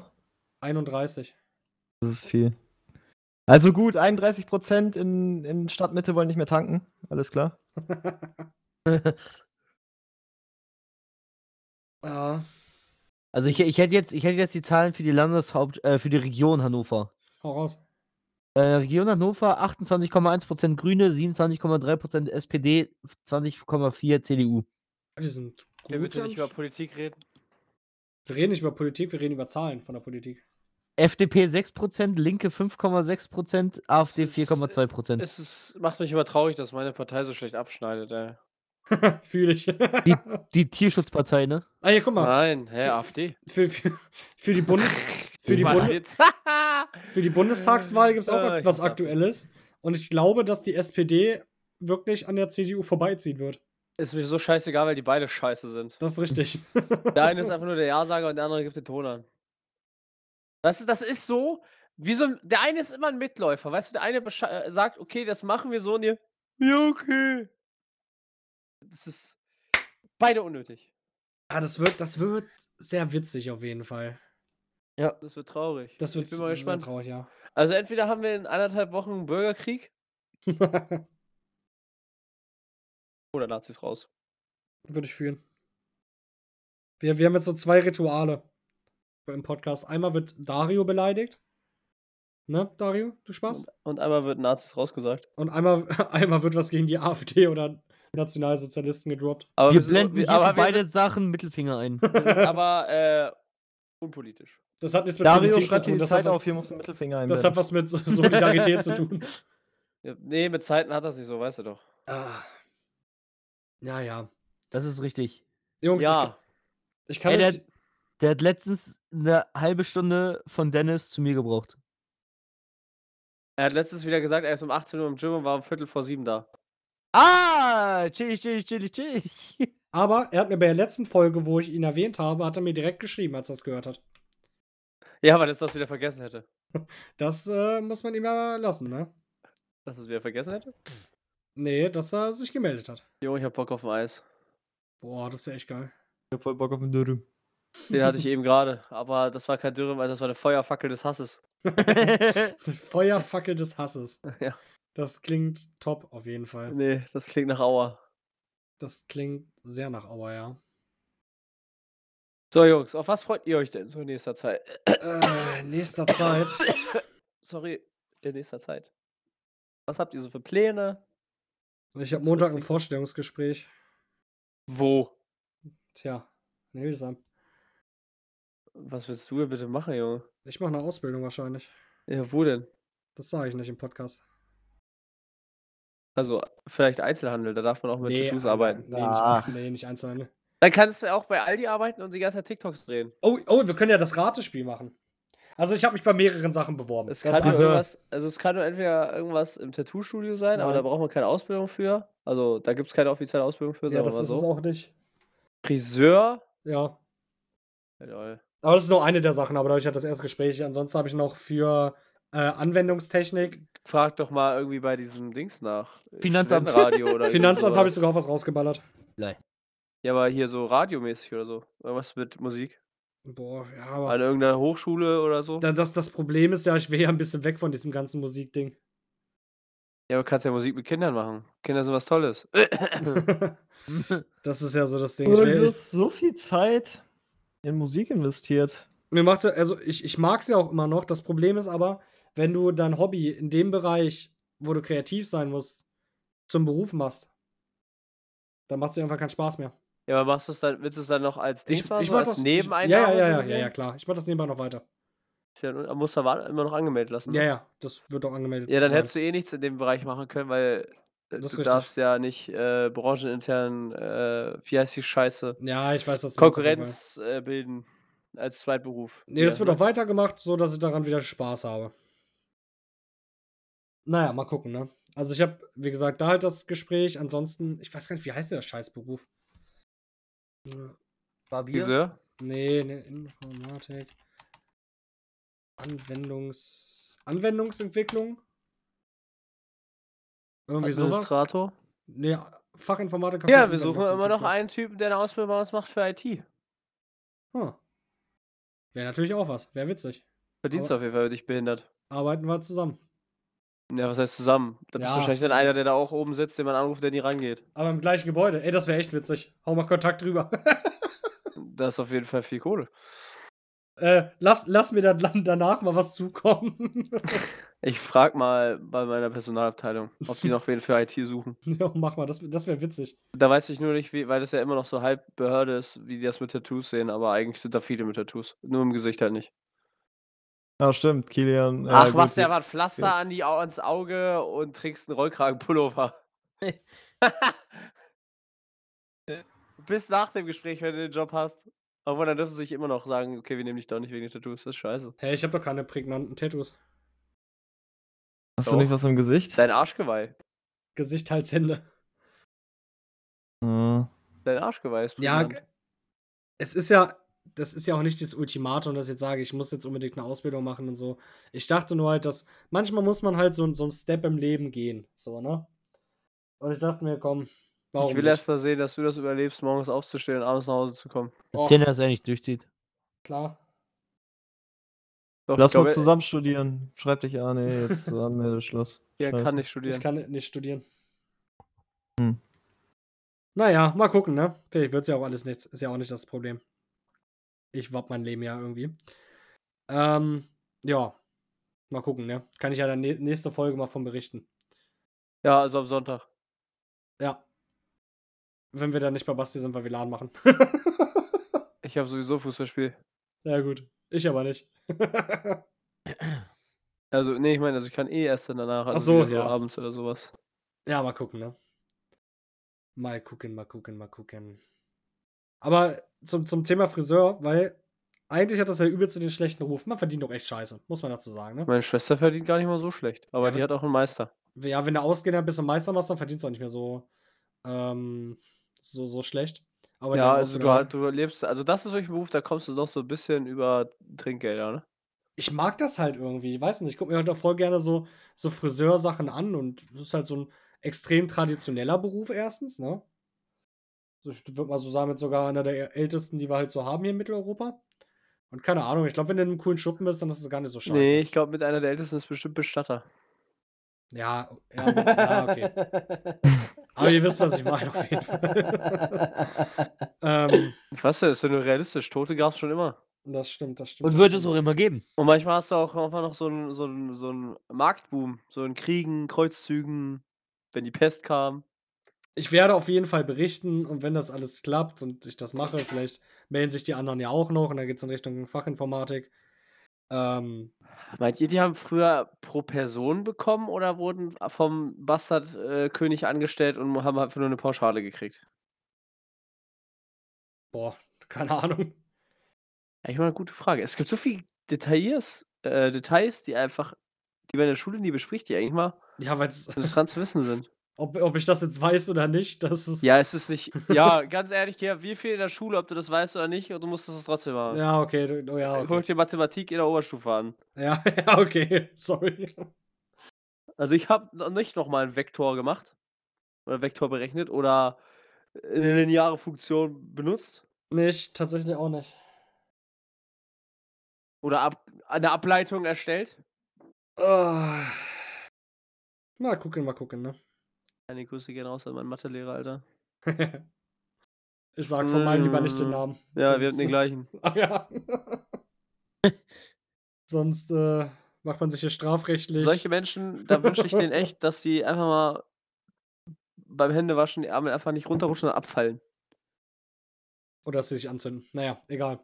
[SPEAKER 1] 31.
[SPEAKER 3] Das ist viel. Also gut, 31% in, in Stadtmitte wollen nicht mehr tanken. Alles klar.
[SPEAKER 1] Ja,
[SPEAKER 2] Also ich, ich, hätte jetzt, ich hätte jetzt die Zahlen für die Landeshaupt, äh, für die Region Hannover.
[SPEAKER 1] hau raus.
[SPEAKER 2] Äh, Region Hannover 28,1% Grüne, 27,3% SPD, 20,4% CDU.
[SPEAKER 1] Wir sind gut.
[SPEAKER 4] Wir bitte nicht
[SPEAKER 1] am
[SPEAKER 4] über Politik reden.
[SPEAKER 1] Sch- wir reden nicht über Politik, wir reden über Zahlen von der Politik.
[SPEAKER 2] FDP 6%, Linke 5,6%, AfD
[SPEAKER 4] ist-
[SPEAKER 2] 4,2%.
[SPEAKER 4] Es ist, macht mich immer traurig, dass meine Partei so schlecht abschneidet, ey.
[SPEAKER 1] Fühle ich.
[SPEAKER 2] Die Tierschutzpartei, ne?
[SPEAKER 1] ah, hier, guck mal.
[SPEAKER 4] Nein, hä, AfD.
[SPEAKER 1] Für, für, für die Bundes... Für die,
[SPEAKER 4] Mann,
[SPEAKER 1] Bundes
[SPEAKER 4] jetzt.
[SPEAKER 1] Für die Bundestagswahl gibt es auch
[SPEAKER 4] Ah, ich
[SPEAKER 1] was
[SPEAKER 4] hab's
[SPEAKER 1] Aktuelles. Und ich glaube, dass die SPD wirklich an der CDU vorbeiziehen wird.
[SPEAKER 4] Ist mir so scheißegal, weil die beide scheiße sind.
[SPEAKER 1] Das ist richtig.
[SPEAKER 4] Der eine ist einfach nur der Ja-Sager und der andere gibt den Ton an. Das ist, das ist so, wie so ein, der eine ist immer ein Mitläufer, weißt du, der eine besche- äh, sagt, okay, das machen wir so und ihr, ja, okay. Das ist beide unnötig.
[SPEAKER 1] ja, das wird, das wird sehr witzig auf jeden Fall.
[SPEAKER 4] Das wird traurig.
[SPEAKER 1] Das wird
[SPEAKER 4] ich bin mal
[SPEAKER 1] sehr
[SPEAKER 4] gespannt.
[SPEAKER 1] traurig, ja.
[SPEAKER 4] Also entweder haben wir in anderthalb Wochen einen Bürgerkrieg
[SPEAKER 1] Würde
[SPEAKER 4] oder Nazis raus.
[SPEAKER 1] ich fühlen. Wir, wir haben jetzt so zwei Rituale im Podcast. Einmal wird Dario beleidigt. Ne, Dario, du Spaß?
[SPEAKER 4] Und, und einmal wird Nazis rausgesagt.
[SPEAKER 1] Und einmal, einmal wird was gegen die AfD oder Nationalsozialisten gedroppt.
[SPEAKER 4] Aber
[SPEAKER 2] Wir
[SPEAKER 4] sind-
[SPEAKER 2] blenden
[SPEAKER 4] wir-
[SPEAKER 2] hier
[SPEAKER 4] aber
[SPEAKER 2] für
[SPEAKER 4] wir
[SPEAKER 2] beide
[SPEAKER 4] sind-
[SPEAKER 2] Sachen Mittelfinger ein.
[SPEAKER 4] wir sind aber äh, unpolitisch.
[SPEAKER 1] Das hat nichts mit
[SPEAKER 3] Dario
[SPEAKER 1] Politik
[SPEAKER 3] schreibt
[SPEAKER 1] zu
[SPEAKER 3] dir
[SPEAKER 1] tun.
[SPEAKER 3] die
[SPEAKER 1] Das hat,
[SPEAKER 3] Zeit auf, hier musst du einen Mittelfinger
[SPEAKER 1] das
[SPEAKER 3] einbinden.
[SPEAKER 1] hat was mit Solidarität zu tun.
[SPEAKER 4] Ja, nee, mit Zeiten hat das nicht so, weißt du doch.
[SPEAKER 1] Ah. Naja.
[SPEAKER 2] Das ist richtig.
[SPEAKER 1] Jungs,
[SPEAKER 4] Ja,
[SPEAKER 1] ich, ich kann
[SPEAKER 2] Ey,
[SPEAKER 1] euch,
[SPEAKER 2] der- Der hat letztens eine halbe Stunde von Dennis zu mir gebraucht.
[SPEAKER 4] er hat letztes wieder gesagt, er ist um 18 Uhr im Gym und war um Viertel vor sieben da.
[SPEAKER 2] Ah, chillig, chillig, chillig, chillig.
[SPEAKER 1] Aber er hat mir bei der letzten Folge, wo ich ihn erwähnt habe, hat er mir direkt geschrieben, als er es gehört hat.
[SPEAKER 4] Ja, weil das das wieder vergessen hätte.
[SPEAKER 1] Das äh, muss man ihm ja lassen, ne?
[SPEAKER 4] Dass es wieder vergessen hätte?
[SPEAKER 1] Nee, dass er sich gemeldet hat.
[SPEAKER 4] Junge, ich hab Bock auf ein Eis.
[SPEAKER 1] Boah, das wäre echt geil.
[SPEAKER 3] Ich hab voll Bock auf den Dürüm.
[SPEAKER 4] Den hatte ich eben gerade. Aber das war kein Dürren, weil das war eine Feuerfackel des Hasses.
[SPEAKER 1] Feuerfackel des Hasses.
[SPEAKER 4] Ja.
[SPEAKER 1] Das klingt top auf jeden Fall.
[SPEAKER 4] Nee, das klingt nach Auer.
[SPEAKER 1] Das klingt sehr nach Auer, ja.
[SPEAKER 4] So, Jungs, auf was freut ihr euch denn so in nächster Zeit?
[SPEAKER 1] Äh, nächster Zeit.
[SPEAKER 4] Sorry, in nächster Zeit. Was habt ihr so für Pläne?
[SPEAKER 1] Ich habe
[SPEAKER 4] Das
[SPEAKER 1] Montag ein
[SPEAKER 4] lustig.
[SPEAKER 1] Vorstellungsgespräch.
[SPEAKER 4] Wo?
[SPEAKER 1] Tja, in Hildesheim.
[SPEAKER 4] Was willst du hier bitte machen, Junge?
[SPEAKER 1] Ich mache eine Ausbildung wahrscheinlich.
[SPEAKER 4] Ja, wo denn?
[SPEAKER 1] Das sage ich nicht im Podcast.
[SPEAKER 4] Also, vielleicht Einzelhandel, da darf man auch mit Tattoos arbeiten.
[SPEAKER 1] Nee, nicht,
[SPEAKER 2] Ah.
[SPEAKER 1] Einzel- nee, nicht Einzelhandel.
[SPEAKER 4] Dann kannst du auch bei Aldi arbeiten und die ganze Zeit TikToks drehen.
[SPEAKER 1] Oh, oh, wir können ja das Ratespiel machen. Also ich habe mich bei mehreren Sachen beworben.
[SPEAKER 4] Es
[SPEAKER 1] Das
[SPEAKER 4] kann nur
[SPEAKER 1] eine-
[SPEAKER 3] also-
[SPEAKER 4] irgendwas, also es kann nur entweder irgendwas im Tattoo-Studio sein, aber da
[SPEAKER 1] Nein.
[SPEAKER 4] braucht man keine Ausbildung für. Also da gibt es keine offizielle Ausbildung für,
[SPEAKER 1] ja,
[SPEAKER 4] sagen wir
[SPEAKER 1] das
[SPEAKER 4] mal
[SPEAKER 1] ist es
[SPEAKER 4] so.
[SPEAKER 1] auch nicht.
[SPEAKER 4] Friseur.
[SPEAKER 1] Ja.
[SPEAKER 4] Ja, lol.
[SPEAKER 1] Aber das ist nur eine der Sachen, aber dadurch hat das erste Gespräch. Ansonsten habe ich noch für äh, Anwendungstechnik.
[SPEAKER 4] Frag doch mal irgendwie bei diesem Dings nach. äh,
[SPEAKER 2] Finanzamt.
[SPEAKER 4] Studentenradio oder irgendwie
[SPEAKER 1] Finanzamt habe ich
[SPEAKER 4] sowas.
[SPEAKER 1] sogar auf was rausgeballert.
[SPEAKER 4] Ja, aber hier so radiomäßig oder so. Irgendwas mit Musik.
[SPEAKER 1] Boah, ja, aber.
[SPEAKER 4] An irgendeiner Hochschule oder so.
[SPEAKER 1] Da- Das, das Problem ist ja, ich will ja ein bisschen weg von diesem ganzen Musikding.
[SPEAKER 4] Ja, aber kannst ja Musik mit Kindern machen. Kinder sind was Tolles. Äh,
[SPEAKER 1] das ist ja so das Ding. Ich
[SPEAKER 3] Du
[SPEAKER 1] will,
[SPEAKER 3] hast so viel Zeit in Musik investiert.
[SPEAKER 1] mir macht's ja, also ich, ich mag es ja auch immer noch. Das Problem ist aber, wenn du dein Hobby in dem Bereich, wo du kreativ sein musst, zum Beruf machst, dann macht es dir einfach keinen Spaß mehr.
[SPEAKER 4] Ja, aber machst du es dann, willst du es dann noch als Dings machen? so
[SPEAKER 1] mach
[SPEAKER 4] als
[SPEAKER 1] ich- ja, ja,
[SPEAKER 4] Nebeneinnahme? so
[SPEAKER 1] ja, ja, ja,
[SPEAKER 4] gesehen?
[SPEAKER 1] ja, klar. Ich mach das nebenbei noch weiter.
[SPEAKER 4] Ist ja, nun- muss da wa- immer noch angemeldet lassen. ne?
[SPEAKER 1] Ja, ja, das wird auch angemeldet.
[SPEAKER 4] Ja, dann
[SPEAKER 1] sein.
[SPEAKER 4] hättest du eh nichts in dem Bereich machen können, weil äh,
[SPEAKER 1] Das ist
[SPEAKER 4] du
[SPEAKER 1] richtig.
[SPEAKER 4] darfst ja nicht äh, branchenintern, äh, wie heißt die Scheiße,
[SPEAKER 1] Ja, ich weiß, was du meinst, auf jeden Fall.
[SPEAKER 4] Konkurrenz äh, bilden als Zweitberuf.
[SPEAKER 1] Nee, das
[SPEAKER 4] Ja,
[SPEAKER 1] wird
[SPEAKER 4] ne?
[SPEAKER 1] auch weitergemacht, so dass ich daran wieder Spaß habe. Naja, mal gucken, ne? Also ich habe, wie gesagt, da halt das Gespräch. Ansonsten, ich weiß gar nicht, wie heißt der Scheißberuf? Äh,
[SPEAKER 2] Barbier?
[SPEAKER 4] Friseur?
[SPEAKER 1] Nee, nee, Informatik. Anwendungs. Anwendungsentwicklung? Irgendwie sowas?
[SPEAKER 4] Administrator?
[SPEAKER 1] Nee, Fachinformatiker. für
[SPEAKER 4] Ja, wir suchen immer noch
[SPEAKER 1] Anwendungsentwicklung.
[SPEAKER 4] einen Typen, der eine Ausbildung bei uns macht für IT.
[SPEAKER 1] Hm. Wäre natürlich auch was. Wäre witzig.
[SPEAKER 4] Verdienst du
[SPEAKER 1] Aber-
[SPEAKER 4] auf jeden Fall dich behindert.
[SPEAKER 1] Arbeiten wir zusammen.
[SPEAKER 4] Ja, was heißt zusammen? Da bist
[SPEAKER 1] Ja.
[SPEAKER 4] du wahrscheinlich dann einer, der da auch oben sitzt, den man anruft, der nie rangeht.
[SPEAKER 1] Aber im gleichen Gebäude. Ey, das wäre echt witzig. Hau mal Kontakt drüber.
[SPEAKER 4] Das ist auf jeden Fall viel Kohle.
[SPEAKER 1] äh, lass, lass mir dann dann danach mal was zukommen.
[SPEAKER 4] Ich frag mal bei meiner Personalabteilung, ob die noch wen für IT suchen.
[SPEAKER 1] ja, mach mal. Das, das wäre witzig.
[SPEAKER 4] Da weiß ich nur nicht, wie, weil das ja immer noch so halb Behörde ist, wie die das mit Tattoos sehen, aber eigentlich sind da viele mit Tattoos. Nur im Gesicht halt nicht.
[SPEAKER 3] Ah, stimmt, Kilian. äh,
[SPEAKER 4] Ach,
[SPEAKER 3] gut,
[SPEAKER 4] machst ja
[SPEAKER 3] jetzt-
[SPEAKER 4] mal ein Pflaster an die, Au- ans Auge und trägst einen Rollkragenpullover.
[SPEAKER 3] Äh.
[SPEAKER 4] Bis nach dem Gespräch, wenn du den Job hast. Obwohl, dann dürfen sie sich immer noch sagen, okay, wir nehmen dich doch nicht wegen den Tattoos, das ist scheiße.
[SPEAKER 1] Hey, ich habe doch keine prägnanten Tattoos.
[SPEAKER 3] Hast
[SPEAKER 4] Doch.
[SPEAKER 3] du nicht was im Gesicht?
[SPEAKER 4] Dein Arschgeweih.
[SPEAKER 1] Gesicht, Hals, Hände.
[SPEAKER 3] Hm.
[SPEAKER 4] Dein Arschgeweih ist
[SPEAKER 1] Ja,
[SPEAKER 4] prägnant.
[SPEAKER 1] es ist ja, das ist ja auch nicht das Ultimatum, dass ich jetzt sage, ich muss jetzt unbedingt eine Ausbildung machen und so. Ich dachte nur halt, dass manchmal muss man halt so, so einen Step im Leben gehen. So, ne? Und ich dachte mir, komm, warum
[SPEAKER 4] Ich will
[SPEAKER 1] nicht?
[SPEAKER 4] erst mal sehen, dass du das überlebst, morgens aufzustehen und abends nach Hause zu kommen.
[SPEAKER 1] Och,
[SPEAKER 2] Zehner das eigentlich durchzieht.
[SPEAKER 1] klar.
[SPEAKER 4] Doch,
[SPEAKER 3] Lass
[SPEAKER 4] glaub,
[SPEAKER 3] mal
[SPEAKER 4] er-
[SPEAKER 3] zusammen studieren. Schreib dich an, ey, jetzt Anmeldeschluss.
[SPEAKER 4] Er
[SPEAKER 3] Scheiße.
[SPEAKER 4] kann nicht
[SPEAKER 1] Ich
[SPEAKER 4] studieren.
[SPEAKER 1] kann nicht studieren.
[SPEAKER 3] Hm.
[SPEAKER 1] Naja, mal gucken, ne? Vielleicht wird's ja auch alles nichts. Ist ja auch nicht das Problem. Ich wapp mein Leben ja irgendwie. Ähm, ja. Mal gucken, ne? Kann ich ja dann nä- nächste Folge mal von berichten.
[SPEAKER 4] Ja, also am Sonntag.
[SPEAKER 1] Ja. Wenn wir dann nicht bei Basti sind, weil wir LAN machen.
[SPEAKER 4] Ich habe sowieso Fußballspiel.
[SPEAKER 1] ja, gut. Ich aber nicht.
[SPEAKER 4] Also, nee, ich meine, also ich kann eh erst dann danach, also
[SPEAKER 1] so,
[SPEAKER 4] wieder
[SPEAKER 1] ja.
[SPEAKER 4] abends oder sowas.
[SPEAKER 1] ja, mal gucken, ne? Mal gucken, mal gucken, mal gucken. Aber zum, zum Thema Friseur, weil eigentlich hat das ja übelst den schlechten Ruf. Man verdient doch echt scheiße, muss man dazu sagen, ne?
[SPEAKER 4] Meine Schwester verdient gar nicht mal so schlecht, aber
[SPEAKER 1] Ja,
[SPEAKER 4] die
[SPEAKER 1] aber-
[SPEAKER 4] hat auch einen Meister.
[SPEAKER 1] ja, wenn du ausgehender bist und Meister machst, dann verdienst du auch nicht mehr so, ähm, so, so schlecht. Aber
[SPEAKER 4] ja,
[SPEAKER 1] die
[SPEAKER 4] also du,
[SPEAKER 1] Ausbildung-
[SPEAKER 4] halt- du lebst, also das ist wirklich ein Beruf, da kommst du doch so ein bisschen über Trinkgelder, ne?
[SPEAKER 1] Ich mag das halt irgendwie, ich weiß nicht, ich gucke mir halt auch voll gerne so, so Friseursachen an und das ist halt so ein extrem traditioneller Beruf erstens, ne? So, ich würde mal so sagen, mit sogar einer der ältesten, die wir halt so haben hier in Mitteleuropa. Und keine Ahnung, ich glaube, wenn du in einem coolen Schuppen bist, dann ist es gar nicht so scheiße.
[SPEAKER 4] Nee, ich glaube, mit einer der ältesten ist bestimmt Bestatter.
[SPEAKER 1] Ja, ja, ja, Ah, okay. Aber ihr wisst, was ich meine, auf jeden Fall. ähm,
[SPEAKER 4] Was denn? Ist ja nur realistisch. Tote gab es schon immer.
[SPEAKER 1] das stimmt, das stimmt.
[SPEAKER 2] Und
[SPEAKER 1] das
[SPEAKER 2] wird es
[SPEAKER 1] stimmt.
[SPEAKER 2] auch immer geben.
[SPEAKER 4] Und manchmal hast du auch einfach noch so einen so einen- so einen Marktboom, so in Kriegen, Kreuzzügen, wenn die Pest kam.
[SPEAKER 1] ich werde auf jeden Fall berichten und wenn das alles klappt und ich das mache, vielleicht melden sich die anderen ja auch noch und dann geht es in Richtung Fachinformatik. Ähm,
[SPEAKER 4] Meint ihr, die haben früher pro Person bekommen oder wurden vom Bastardkönig äh, König angestellt und haben einfach nur eine Pauschale gekriegt?
[SPEAKER 1] boah, keine Ahnung.
[SPEAKER 4] Eigentlich mal eine gute Frage. Es gibt so viele Details, äh, Details, die einfach, die man in der Schule nie bespricht, die eigentlich mal
[SPEAKER 1] Ja, weil
[SPEAKER 4] interessant zu wissen sind.
[SPEAKER 1] ob, ob ich das jetzt weiß oder nicht, das ist.
[SPEAKER 4] Ja, es ist nicht. Ja, ganz ehrlich, ja, wie viel in der Schule, ob du das weißt oder nicht, und du musstest es trotzdem machen.
[SPEAKER 1] Ja, okay. du- Oh, ja, okay.
[SPEAKER 4] Guck dir Mathematik in der Oberstufe an.
[SPEAKER 1] Ja, ja, okay. Sorry.
[SPEAKER 4] Also ich habe nicht nochmal einen Vektor gemacht oder Vektor berechnet oder äh, eine lineare Funktion benutzt
[SPEAKER 1] Nicht, tatsächlich auch nicht.
[SPEAKER 4] oder ab, eine Ableitung erstellt.
[SPEAKER 1] Ah. Mal gucken, mal gucken, ne?
[SPEAKER 4] Eine Grüße gehen raus an meinen Mathelehrer, Alter.
[SPEAKER 1] ich sag von meinem lieber nicht den
[SPEAKER 4] Mm.
[SPEAKER 1] Namen.
[SPEAKER 4] Ja, wir hatten den gleichen.
[SPEAKER 1] Ach ja. Sonst äh, macht man sich hier strafrechtlich.
[SPEAKER 4] Solche Menschen, da wünsche ich denen echt, dass die einfach mal beim Händewaschen die Ärmel einfach nicht runterrutschen und abfallen.
[SPEAKER 1] Oder dass sie sich anzünden. Naja, egal.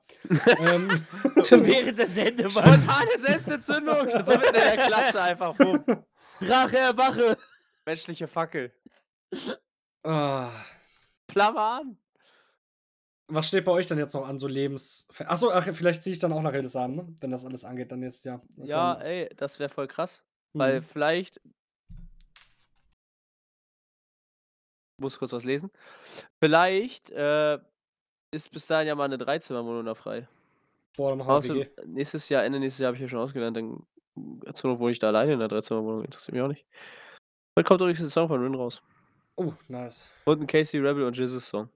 [SPEAKER 1] ähm,
[SPEAKER 2] Während der Sendung
[SPEAKER 4] Spontane Selbstentzündung! So mit in der Klasse einfach. Bumm.
[SPEAKER 2] Drache erwache.
[SPEAKER 4] Menschliche Fackel.
[SPEAKER 1] ah,
[SPEAKER 4] Flamme an!
[SPEAKER 1] was steht bei euch denn jetzt noch an, so Lebens... Achso, ach, vielleicht ziehe ich dann auch nach Hildesheim, ne? wenn das alles angeht, dann nächstes Jahr. Dann
[SPEAKER 4] Ja,
[SPEAKER 2] äh,
[SPEAKER 1] kann-
[SPEAKER 4] ey, das wäre voll krass.
[SPEAKER 1] Mhm.
[SPEAKER 4] Weil vielleicht. Muss kurz was lesen. Vielleicht äh, ist bis dahin ja mal eine Dreizimmerwohnung da frei.
[SPEAKER 1] Boah, dann machen wir
[SPEAKER 4] Außer
[SPEAKER 1] WG.
[SPEAKER 4] nächstes Jahr, Ende nächstes Jahr habe ich ja schon ausgelernt, dann zur Not wohne ich da alleine in der Dreizimmerwohnung, interessiert mich auch nicht. Dann kommt übrigens ein Song von Rin raus.
[SPEAKER 1] Oh, nice.
[SPEAKER 4] Und ein Casey Rebel und Jesus Song.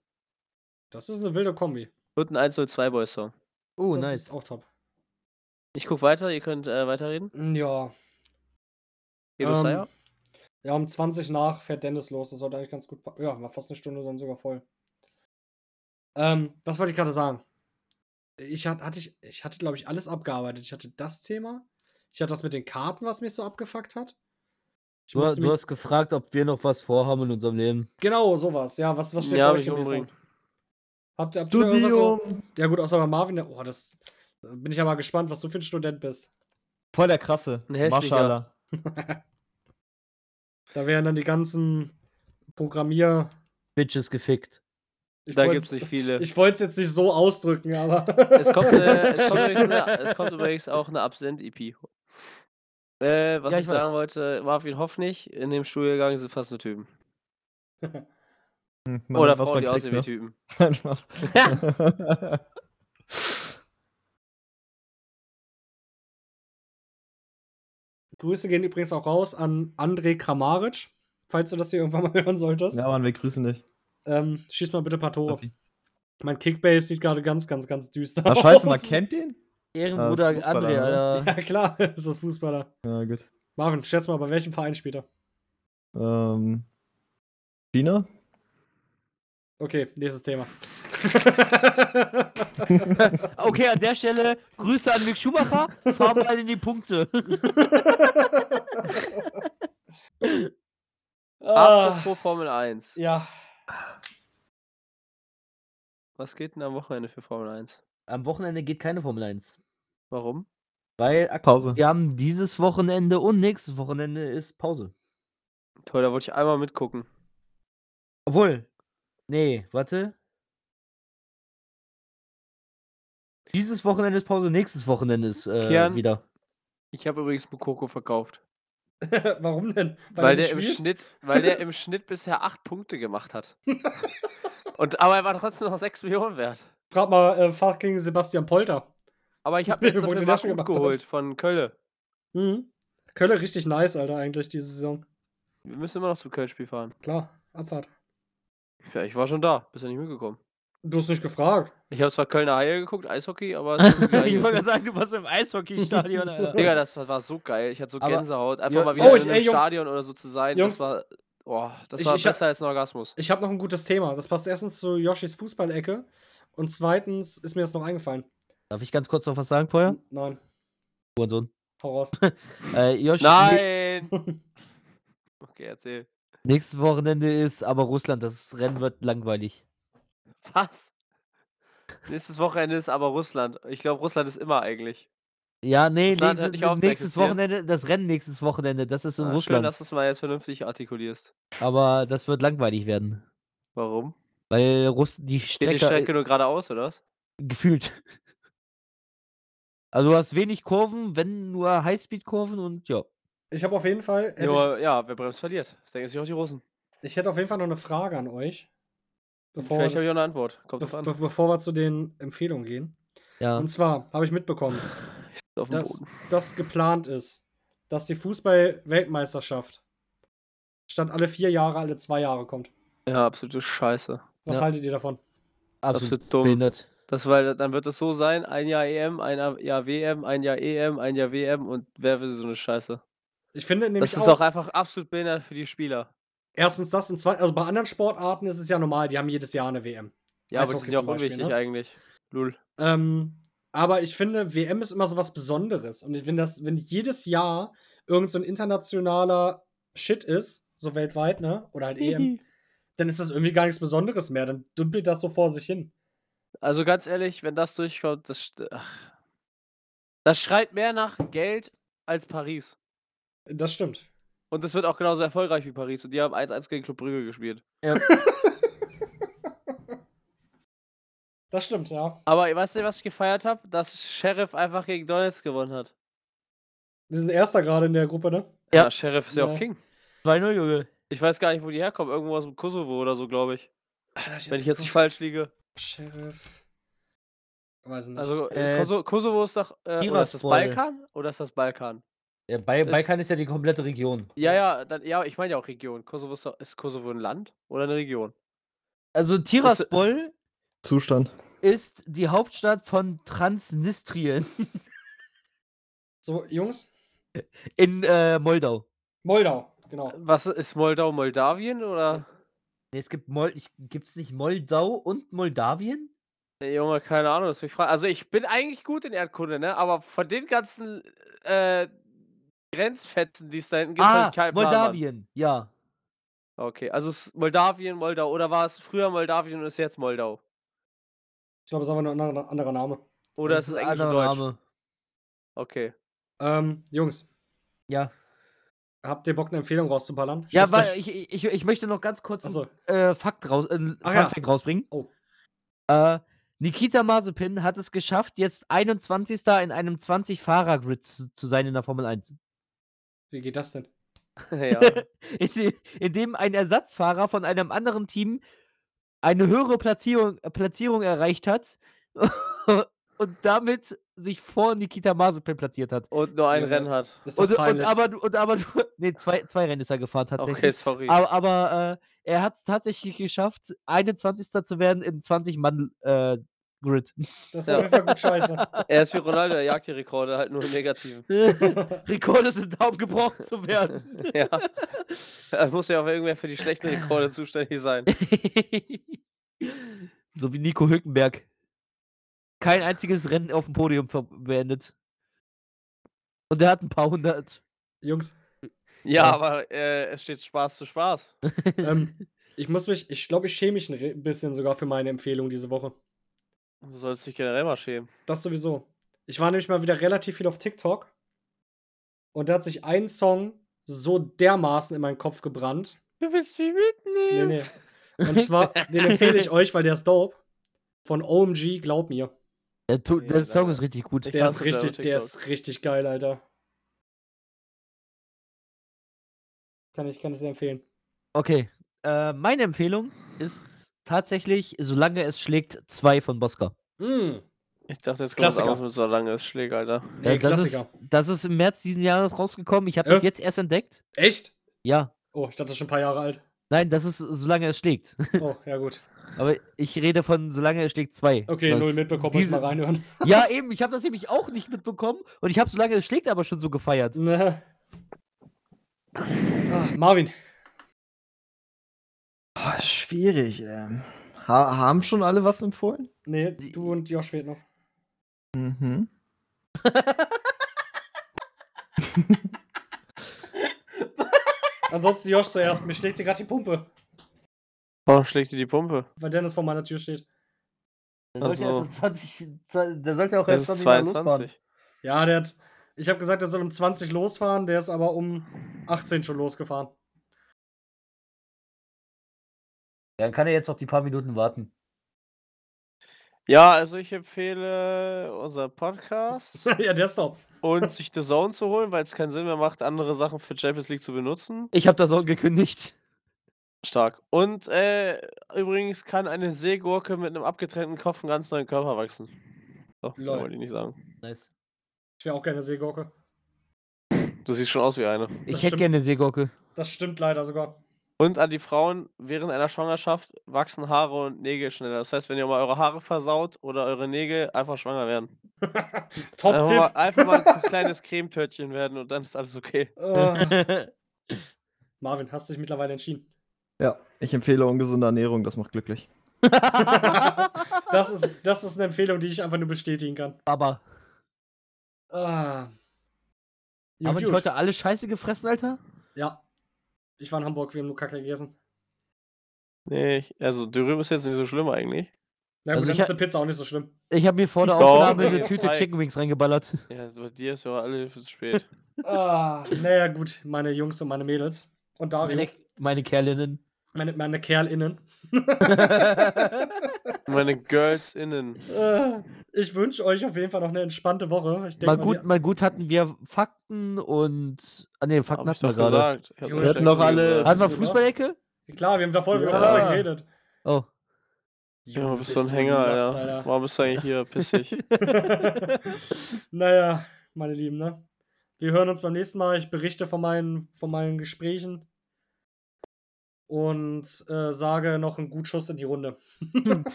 [SPEAKER 1] Das ist eine wilde Kombi.
[SPEAKER 4] Und ein 102 Boys Song.
[SPEAKER 2] Oh,
[SPEAKER 1] das
[SPEAKER 2] nice.
[SPEAKER 1] ist auch top. Mm,
[SPEAKER 4] Ich guck weiter, ihr könnt äh, weiterreden.
[SPEAKER 1] Ja.
[SPEAKER 4] Hero
[SPEAKER 1] Ähm,
[SPEAKER 4] Sire.
[SPEAKER 1] ja, um 20 nach fährt Dennis los. Das sollte eigentlich ganz gut. pa- Ja, war fast eine Stunde, sondern sogar voll. Ähm, was wollte ich gerade sagen? Ich hat- hatte, ich, ich hatte glaube ich, alles abgearbeitet. Ich hatte das Thema. Ich hatte das mit den Karten, was mich so abgefuckt hat. Ich
[SPEAKER 2] Du,
[SPEAKER 1] musste
[SPEAKER 2] du
[SPEAKER 1] mich-
[SPEAKER 2] hast gefragt, ob wir noch was vorhaben in unserem Leben.
[SPEAKER 1] genau, sowas. Ja, was, was steht
[SPEAKER 4] Ja,
[SPEAKER 1] bei euch
[SPEAKER 4] mich
[SPEAKER 1] denn jetzt
[SPEAKER 4] umbringen.
[SPEAKER 1] an? Habt ihr, habt ihr da irgendwas so?
[SPEAKER 3] Studium.
[SPEAKER 1] Ja gut, außer bei Marvin. der- Oh, das da bin ich ja mal gespannt, was du für ein Student bist.
[SPEAKER 3] Voll der krasse.
[SPEAKER 4] Ein hässlicher.
[SPEAKER 3] Maschallah.
[SPEAKER 1] Da wären dann die ganzen Programmier.
[SPEAKER 2] Bitches gefickt.
[SPEAKER 1] Ich
[SPEAKER 4] Da
[SPEAKER 1] wollt's-
[SPEAKER 4] gibt's nicht viele.
[SPEAKER 1] Ich wollte es jetzt nicht so ausdrücken, aber.
[SPEAKER 4] Es kommt, äh, es, kommt übrigens eine, es kommt übrigens auch eine Absent-EP. Äh, was
[SPEAKER 2] Ja,
[SPEAKER 4] ich
[SPEAKER 2] ich weiß.
[SPEAKER 4] sagen wollte, Marvin Hoffnig, in dem Schulgang sind fast nur Typen.
[SPEAKER 3] Hm, man
[SPEAKER 4] Oder
[SPEAKER 3] hat, was
[SPEAKER 4] Frauen,
[SPEAKER 3] man
[SPEAKER 4] die
[SPEAKER 3] kriegt,
[SPEAKER 4] aussehen wie Typen.
[SPEAKER 3] ne? Nein, Spaß.
[SPEAKER 1] Grüße gehen übrigens auch raus an André Kramaric, falls du das hier irgendwann mal hören solltest.
[SPEAKER 3] ja, Mann, wir grüßen dich.
[SPEAKER 1] Ähm, schieß mal bitte ein paar Tore.
[SPEAKER 3] Steffi.
[SPEAKER 1] Mein Kickbase sieht gerade ganz, ganz, ganz düster
[SPEAKER 3] Ach,
[SPEAKER 1] aus.
[SPEAKER 3] Ah, scheiße, man kennt den?
[SPEAKER 2] Ehrenbruder
[SPEAKER 3] Ah, das ist Fußballer,
[SPEAKER 2] André,
[SPEAKER 3] oder?
[SPEAKER 2] Alter.
[SPEAKER 1] Ja, klar, das ist das Fußballer.
[SPEAKER 3] Ja, gut.
[SPEAKER 1] Marvin, schätz mal, bei welchem Verein spielt er?
[SPEAKER 3] Ähm, China?
[SPEAKER 1] Okay, nächstes Thema.
[SPEAKER 2] Okay, an der Stelle Grüße an Mick Schumacher. Fahren wir in die Punkte.
[SPEAKER 1] ah,
[SPEAKER 4] Apropos Formel 1.
[SPEAKER 1] ja,
[SPEAKER 4] Was geht denn am Wochenende für Formel 1?
[SPEAKER 2] Am Wochenende geht keine Formel 1.
[SPEAKER 4] Warum?
[SPEAKER 2] Weil ak-
[SPEAKER 3] Pause.
[SPEAKER 2] wir haben dieses Wochenende und nächstes Wochenende ist Pause.
[SPEAKER 4] Toll, da wollte ich einmal mitgucken.
[SPEAKER 2] Obwohl. Nee, warte. Dieses Wochenende ist Pause, nächstes Wochenende ist äh,
[SPEAKER 4] Kian,
[SPEAKER 2] wieder.
[SPEAKER 4] Ich habe übrigens Mukoko verkauft.
[SPEAKER 1] warum denn?
[SPEAKER 4] Weil,
[SPEAKER 1] er
[SPEAKER 4] der
[SPEAKER 1] nicht
[SPEAKER 4] im
[SPEAKER 1] spielt?
[SPEAKER 4] Schnitt, weil der im Schnitt bisher 8 Punkte gemacht hat. Und, aber er war trotzdem noch 6 Millionen wert.
[SPEAKER 1] Frag mal äh, fucking Sebastian Polter.
[SPEAKER 4] Aber ich habe mir jetzt
[SPEAKER 1] Wo
[SPEAKER 4] dafür
[SPEAKER 1] der
[SPEAKER 4] mal
[SPEAKER 1] schon
[SPEAKER 4] gut
[SPEAKER 1] gemacht hat.
[SPEAKER 4] geholt von Kölle.
[SPEAKER 1] Mhm. Kölle richtig nice, Alter, eigentlich diese Saison.
[SPEAKER 4] Wir müssen immer noch zum Köln-Spiel fahren.
[SPEAKER 1] Klar, Abfahrt.
[SPEAKER 4] Ja, ich war schon da, bist ja nicht mitgekommen.
[SPEAKER 1] Du hast nicht gefragt.
[SPEAKER 4] Ich habe zwar Kölner Haie geguckt, Eishockey, aber es ist das
[SPEAKER 2] ich wollte
[SPEAKER 4] Gleiche.
[SPEAKER 2] gerade sagen, du warst im Eishockeystadion, Alter.
[SPEAKER 4] Digga, das war- war so geil. Ich hatte so
[SPEAKER 2] Aber-
[SPEAKER 4] Gänsehaut. Einfach
[SPEAKER 2] Ja,
[SPEAKER 4] mal
[SPEAKER 2] ja.
[SPEAKER 4] wieder
[SPEAKER 1] Oh, ich-
[SPEAKER 4] in
[SPEAKER 1] ey,
[SPEAKER 4] einem
[SPEAKER 1] Jungs.
[SPEAKER 4] Stadion oder so zu sein.
[SPEAKER 1] Jungs.
[SPEAKER 4] Das war, boah, das
[SPEAKER 1] Ich-
[SPEAKER 4] war
[SPEAKER 1] ich hab-
[SPEAKER 4] besser als ein Orgasmus.
[SPEAKER 1] Ich habe noch ein gutes Thema. Das passt erstens zu Yoshis Fußballecke und zweitens ist mir das noch eingefallen.
[SPEAKER 2] Darf ich ganz kurz noch was sagen vorher?
[SPEAKER 1] Nein,
[SPEAKER 2] Hurensohn.
[SPEAKER 1] voraus.
[SPEAKER 2] Äh, Josh,
[SPEAKER 4] Nein! okay, erzähl.
[SPEAKER 2] Nächstes Wochenende ist aber Russland. Das Rennen wird langweilig.
[SPEAKER 4] Was? Nächstes Wochenende ist aber Russland. Ich glaube, Russland ist immer eigentlich.
[SPEAKER 2] Ja, nee,
[SPEAKER 4] Russland hört
[SPEAKER 2] nächstes,
[SPEAKER 4] nicht auf zu
[SPEAKER 2] nächstes
[SPEAKER 4] existieren.
[SPEAKER 2] Wochenende, das Rennen nächstes Wochenende, das ist in
[SPEAKER 4] Ah, Schön,
[SPEAKER 2] Russland.
[SPEAKER 4] dass du es mal jetzt vernünftig artikulierst.
[SPEAKER 2] aber das wird langweilig werden.
[SPEAKER 4] Warum?
[SPEAKER 2] Weil Russ die
[SPEAKER 4] Geht
[SPEAKER 2] Strecke,
[SPEAKER 4] die Strecke nur geradeaus, oder was?
[SPEAKER 2] äh, gefühlt. Also du hast wenig Kurven, wenn nur Highspeed-Kurven und ja.
[SPEAKER 1] Ich habe auf jeden Fall. Hätte ich,
[SPEAKER 4] Jo, ja, wer bremst, verliert. Das denken sich auch die Russen.
[SPEAKER 1] ich hätte auf jeden Fall noch eine Frage an euch. Bevor,
[SPEAKER 4] Vielleicht habe
[SPEAKER 1] wir,
[SPEAKER 4] ich auch eine Antwort. Kommt drauf
[SPEAKER 1] be
[SPEAKER 4] an.
[SPEAKER 1] be bevor wir zu den Empfehlungen gehen.
[SPEAKER 2] Ja.
[SPEAKER 1] Und zwar habe ich mitbekommen,
[SPEAKER 4] Auf dem
[SPEAKER 1] dass
[SPEAKER 4] Boden.
[SPEAKER 1] das geplant ist, dass die Fußball-Weltmeisterschaft statt alle vier Jahre, alle zwei Jahre kommt.
[SPEAKER 4] Ja, absolute Scheiße.
[SPEAKER 1] Was
[SPEAKER 2] Ja.
[SPEAKER 1] haltet ihr davon?
[SPEAKER 2] Absolut
[SPEAKER 4] Absolut dumm.
[SPEAKER 2] behindert.
[SPEAKER 4] Das, weil dann wird es so sein: ein Jahr EM, ein Jahr WM, ein Jahr EM, ein Jahr WM und wer will so eine Scheiße?
[SPEAKER 1] Ich finde nämlich
[SPEAKER 4] Das ist
[SPEAKER 1] auch,
[SPEAKER 4] auch einfach absolut behindert für die Spieler.
[SPEAKER 1] erstens das und zweitens, also bei anderen Sportarten ist es ja normal, die haben jedes Jahr eine WM.
[SPEAKER 4] Ja, aber die
[SPEAKER 1] Eishockey
[SPEAKER 4] sind ja auch
[SPEAKER 1] zum Beispiel,
[SPEAKER 4] unwichtig
[SPEAKER 1] ne?
[SPEAKER 4] eigentlich. Lul.
[SPEAKER 1] Ähm, aber ich finde, WM ist immer so was Besonderes. Und wenn das, wenn jedes Jahr irgend so ein internationaler Shit ist, so weltweit, ne? Oder halt EM, dann ist das irgendwie gar nichts Besonderes mehr. Dann dümpelt das so vor sich hin.
[SPEAKER 4] Also ganz ehrlich, wenn das durchkommt, das, st- ach. das schreit mehr nach Geld als Paris.
[SPEAKER 1] Das stimmt.
[SPEAKER 4] Und das wird auch genauso erfolgreich wie Paris. Und die haben 1-1 gegen Club Brügge gespielt.
[SPEAKER 1] Das stimmt, ja.
[SPEAKER 4] Aber weißt du, was ich gefeiert habe? Dass Sheriff einfach gegen Donetsk gewonnen hat.
[SPEAKER 1] Die sind Erster gerade in der Gruppe, ne?
[SPEAKER 2] Ja.
[SPEAKER 4] Sheriff ist ja,
[SPEAKER 1] Ja.
[SPEAKER 4] auch King.
[SPEAKER 2] 2-0, Junge.
[SPEAKER 4] Ich weiß gar nicht, wo die herkommen. Irgendwo aus dem Kosovo oder so, glaube ich.
[SPEAKER 1] Ah,
[SPEAKER 4] Wenn ich jetzt nicht
[SPEAKER 1] falsch.
[SPEAKER 4] falsch liege.
[SPEAKER 1] Sheriff. Weiß nicht.
[SPEAKER 4] Also
[SPEAKER 2] Äh,
[SPEAKER 4] äh, Koso Kosovo ist doch. Äh, oder ist das
[SPEAKER 2] Tiraspol.
[SPEAKER 4] Balkan? Oder ist das Balkan?
[SPEAKER 2] Ja, Ba-
[SPEAKER 4] Das-
[SPEAKER 2] Balkan ist ja die komplette Region.
[SPEAKER 4] Ja, ja, dann, ja, ich meine ja auch Region. Kosovo ist, doch, ist Kosovo ein Land oder eine Region?
[SPEAKER 2] Also Tiraspol
[SPEAKER 3] Zustand.
[SPEAKER 2] ist die Hauptstadt von Transnistrien
[SPEAKER 1] so, Jungs,
[SPEAKER 2] in äh, Moldau.
[SPEAKER 1] Moldau, genau.
[SPEAKER 4] Was ist Moldau, Moldawien oder?
[SPEAKER 2] Nee, es gibt Mol gibt es nicht Moldau und Moldawien?
[SPEAKER 4] Nee, Junge, keine Ahnung, das will ich fragen. Also ich bin eigentlich gut in Erdkunde, ne? Aber von den ganzen äh, Grenzfetzen, die es da hinten gibt, habe
[SPEAKER 2] Ah,
[SPEAKER 4] ich halt keinen Plan, Mann.
[SPEAKER 2] Moldawien, ja.
[SPEAKER 4] Okay, also es ist Moldawien, Moldau. Oder war es früher Moldawien und ist jetzt Moldau?
[SPEAKER 1] Ich glaube, es ist einfach nur ein anderer, anderer Name.
[SPEAKER 4] Oder ist es Englisch und Deutsch?
[SPEAKER 2] Name.
[SPEAKER 4] Okay.
[SPEAKER 1] Ähm, Jungs,
[SPEAKER 2] Ja,
[SPEAKER 1] habt ihr Bock, eine Empfehlung rauszuballern?
[SPEAKER 2] ja
[SPEAKER 1] Schluss
[SPEAKER 2] weil
[SPEAKER 1] gleich.
[SPEAKER 2] ich, ich, ich möchte noch ganz kurz einen
[SPEAKER 1] Achso,
[SPEAKER 2] äh, Fakt, raus, äh, einen
[SPEAKER 4] Ah,
[SPEAKER 1] Ach
[SPEAKER 2] Fun
[SPEAKER 1] ja.
[SPEAKER 2] Fact rausbringen.
[SPEAKER 1] Oh.
[SPEAKER 2] Äh, Nikita Mazepin hat es geschafft, jetzt 21. in einem 20-Fahrer-Grid zu, zu sein in der Formel 1.
[SPEAKER 1] wie geht das denn?
[SPEAKER 4] ja.
[SPEAKER 2] in, de- in dem ein Ersatzfahrer von einem anderen Team eine höhere Platzierung, Platzierung erreicht hat und damit sich vor Nikita Mazepin platziert hat.
[SPEAKER 4] Und nur ein
[SPEAKER 1] Ja,
[SPEAKER 4] Rennen hat.
[SPEAKER 1] Ist das
[SPEAKER 2] Und, und
[SPEAKER 1] peinlich?
[SPEAKER 2] aber du- und aber du- nee, zwei, zwei Rennen ist er gefahren
[SPEAKER 4] Okay,
[SPEAKER 2] tatsächlich.
[SPEAKER 4] sorry.
[SPEAKER 2] Aber, aber äh, er hat es tatsächlich geschafft, 21. zu werden im äh, 20-Mann-Grid.
[SPEAKER 1] das ist
[SPEAKER 4] Ja.
[SPEAKER 1] auf jeden Fall gut scheiße.
[SPEAKER 4] Er ist wie Ronaldo, er jagt die Rekorde halt nur im Negativen.
[SPEAKER 2] Rekorde sind Daumen gebrochen zu werden.
[SPEAKER 4] Ja. Da muss ja auch irgendwer für die schlechten Rekorde zuständig sein.
[SPEAKER 2] so wie Nico Hülkenberg. Kein einziges Rennen auf dem Podium ver- beendet. Und er hat ein paar hundert.
[SPEAKER 1] Jungs,
[SPEAKER 4] Ja,
[SPEAKER 2] Ja.
[SPEAKER 4] aber äh, es steht Spaß zu Spaß.
[SPEAKER 1] ähm, ich muss mich, ich glaube, ich schäme mich ein re- bisschen sogar für meine Empfehlung diese Woche.
[SPEAKER 4] Du sollst dich generell mal schämen.
[SPEAKER 1] Das sowieso. Ich war nämlich mal wieder relativ viel auf TikTok und da hat sich ein Song so dermaßen in meinen Kopf gebrannt.
[SPEAKER 4] Du willst mich
[SPEAKER 1] Nee,
[SPEAKER 4] mitnehmen?
[SPEAKER 1] nee. Und zwar, den empfehle ich euch, weil der ist dope. Von OMG, glaub mir.
[SPEAKER 2] Der, tu-
[SPEAKER 4] Ja,
[SPEAKER 2] der Song
[SPEAKER 4] leider.
[SPEAKER 2] ist richtig gut.
[SPEAKER 4] Ich
[SPEAKER 1] Der
[SPEAKER 4] hasse
[SPEAKER 1] ist richtig,
[SPEAKER 4] selber
[SPEAKER 1] der
[SPEAKER 4] TikTok.
[SPEAKER 1] ist richtig geil, Alter. Kann ich, kann ich sehr empfehlen.
[SPEAKER 2] Okay. Äh, meine Empfehlung ist tatsächlich, solange es schlägt, zwei von Bosca.
[SPEAKER 1] Mm.
[SPEAKER 4] Ich dachte, jetzt kommt was
[SPEAKER 1] Klassiker.
[SPEAKER 4] anderes mit so lange es schlägt, Alter.
[SPEAKER 1] Nee,
[SPEAKER 2] äh, das, ist,
[SPEAKER 1] Klassiker.
[SPEAKER 2] das ist im März diesen Jahres rausgekommen. Ich habe
[SPEAKER 1] Äh?
[SPEAKER 2] das jetzt erst entdeckt.
[SPEAKER 1] Echt?
[SPEAKER 2] Ja.
[SPEAKER 1] Oh, ich dachte, das ist schon ein paar Jahre alt.
[SPEAKER 2] Nein, das ist, solange es schlägt.
[SPEAKER 1] Oh, ja gut.
[SPEAKER 2] Aber ich rede von, solange es schlägt, zwei.
[SPEAKER 1] Okay,
[SPEAKER 2] was
[SPEAKER 1] null mitbekommen, muss ich
[SPEAKER 2] diese-
[SPEAKER 1] mal reinhören.
[SPEAKER 2] Ja, eben, ich habe das nämlich auch nicht mitbekommen und ich habe so lange es schlägt aber schon so gefeiert.
[SPEAKER 1] Ne. Ah, Marvin,
[SPEAKER 3] Boah, Ah, schwierig. Ähm. Ha haben schon alle was empfohlen?
[SPEAKER 1] nee, du und Josh fehlt noch.
[SPEAKER 3] Mhm.
[SPEAKER 1] Ansonsten Josh zuerst. Mir schlägt dir gerade die Pumpe,
[SPEAKER 4] Warum schlägt dir die Pumpe?
[SPEAKER 1] weil Dennis vor meiner Tür steht.
[SPEAKER 2] Der sollte erst
[SPEAKER 4] Also.
[SPEAKER 2] um 20, der sollte auch
[SPEAKER 4] Das
[SPEAKER 2] erst
[SPEAKER 4] ist
[SPEAKER 2] 20 Mal losfahren.
[SPEAKER 4] 22.
[SPEAKER 1] Ja, der hat. Ich habe gesagt, er soll um 20 losfahren, der ist aber um 18 schon losgefahren.
[SPEAKER 2] Dann kann er jetzt noch die paar Minuten warten.
[SPEAKER 4] Ja, also ich empfehle unser Podcast
[SPEAKER 1] ja, der ist top.
[SPEAKER 4] und sich The Zone zu holen, weil es keinen Sinn mehr macht, andere Sachen für Champions League zu benutzen.
[SPEAKER 2] Ich habe das auch gekündigt.
[SPEAKER 4] Stark. Und äh, übrigens kann eine Seegurke mit einem abgetrennten Kopf einen ganz neuen Körper wachsen. So, mehr
[SPEAKER 1] Lol.
[SPEAKER 4] wollte ich nicht sagen.
[SPEAKER 2] Nice.
[SPEAKER 1] Ich wäre auch gerne Seegurke.
[SPEAKER 4] Du siehst schon aus wie eine.
[SPEAKER 2] Ich hätte
[SPEAKER 1] stimmt.
[SPEAKER 2] gerne eine Seegurke.
[SPEAKER 1] Das stimmt leider sogar.
[SPEAKER 4] Und an die Frauen, während einer Schwangerschaft wachsen Haare und Nägel schneller. Das heißt, wenn ihr mal eure Haare versaut oder eure Nägel, einfach schwanger werden.
[SPEAKER 2] Also,
[SPEAKER 4] Einfach mal,
[SPEAKER 1] Top-Tipp.
[SPEAKER 4] einfach mal ein kleines Cremetörtchen werden und dann ist alles okay.
[SPEAKER 1] Äh, Marvin, hast dich mittlerweile entschieden.
[SPEAKER 3] Ja, ich empfehle ungesunde Ernährung, das macht glücklich.
[SPEAKER 1] Das ist, das ist eine Empfehlung, die ich einfach nur bestätigen kann.
[SPEAKER 2] Aber
[SPEAKER 1] Ah. Gut,
[SPEAKER 2] haben die
[SPEAKER 1] gut.
[SPEAKER 2] heute alle Scheiße gefressen, Alter?
[SPEAKER 1] Ja. Ich war in Hamburg, wir haben nur Kacke gegessen.
[SPEAKER 4] Nee, ich, also Dürüm ist jetzt nicht so schlimm eigentlich.
[SPEAKER 1] Na
[SPEAKER 2] Also
[SPEAKER 1] gut,
[SPEAKER 2] ich
[SPEAKER 1] dann ist
[SPEAKER 2] ha-
[SPEAKER 1] eine Pizza auch nicht so schlimm.
[SPEAKER 2] Ich habe mir vor der
[SPEAKER 4] Doch,
[SPEAKER 2] Aufnahme
[SPEAKER 4] doch,
[SPEAKER 2] eine
[SPEAKER 4] doch,
[SPEAKER 2] Tüte
[SPEAKER 4] frei.
[SPEAKER 2] Chicken Wings reingeballert.
[SPEAKER 4] Ja, bei dir ist ja alle zu spät.
[SPEAKER 1] Ah, naja, gut, meine Jungs und meine Mädels. Und Dario,
[SPEAKER 2] Meine, meine Kerlinnen.
[SPEAKER 1] meine, meine KerlInnen.
[SPEAKER 4] Meine Girls innen.
[SPEAKER 1] Äh, ich wünsche euch auf jeden Fall noch eine entspannte Woche. Ich denk
[SPEAKER 2] mal,
[SPEAKER 1] mal,
[SPEAKER 2] gut,
[SPEAKER 1] wir-
[SPEAKER 2] mal gut hatten wir Fakten und. Ah ne, Fakten
[SPEAKER 4] Hab ich
[SPEAKER 2] hatten wir
[SPEAKER 4] doch
[SPEAKER 2] gerade.
[SPEAKER 4] gesagt. Ich hab
[SPEAKER 1] Wir
[SPEAKER 4] nur
[SPEAKER 3] hatten noch
[SPEAKER 4] Scheiße
[SPEAKER 3] alle-
[SPEAKER 4] gesagt.
[SPEAKER 2] Hatten wir
[SPEAKER 1] Hast du
[SPEAKER 2] Fußballecke?
[SPEAKER 1] Klar, wir haben davor über
[SPEAKER 3] Ja.
[SPEAKER 1] Fußball geredet.
[SPEAKER 2] Oh.
[SPEAKER 4] Ja, bist du ein Hänger,
[SPEAKER 1] Lost,
[SPEAKER 4] Alter. Warum bist du eigentlich hier pissig?
[SPEAKER 1] Alter. naja, meine Lieben, ne? Wir hören uns beim nächsten Mal. Ich berichte von meinen, von meinen Gesprächen. Und äh, sage noch einen guten Schuss in die Runde.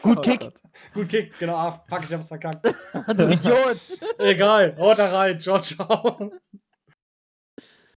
[SPEAKER 2] Gut Kick,
[SPEAKER 1] Gut Kick, genau. Ah, fuck, ich hab's verkackt.
[SPEAKER 2] du Idiot!
[SPEAKER 1] Egal, haut da rein. Ciao, ciao.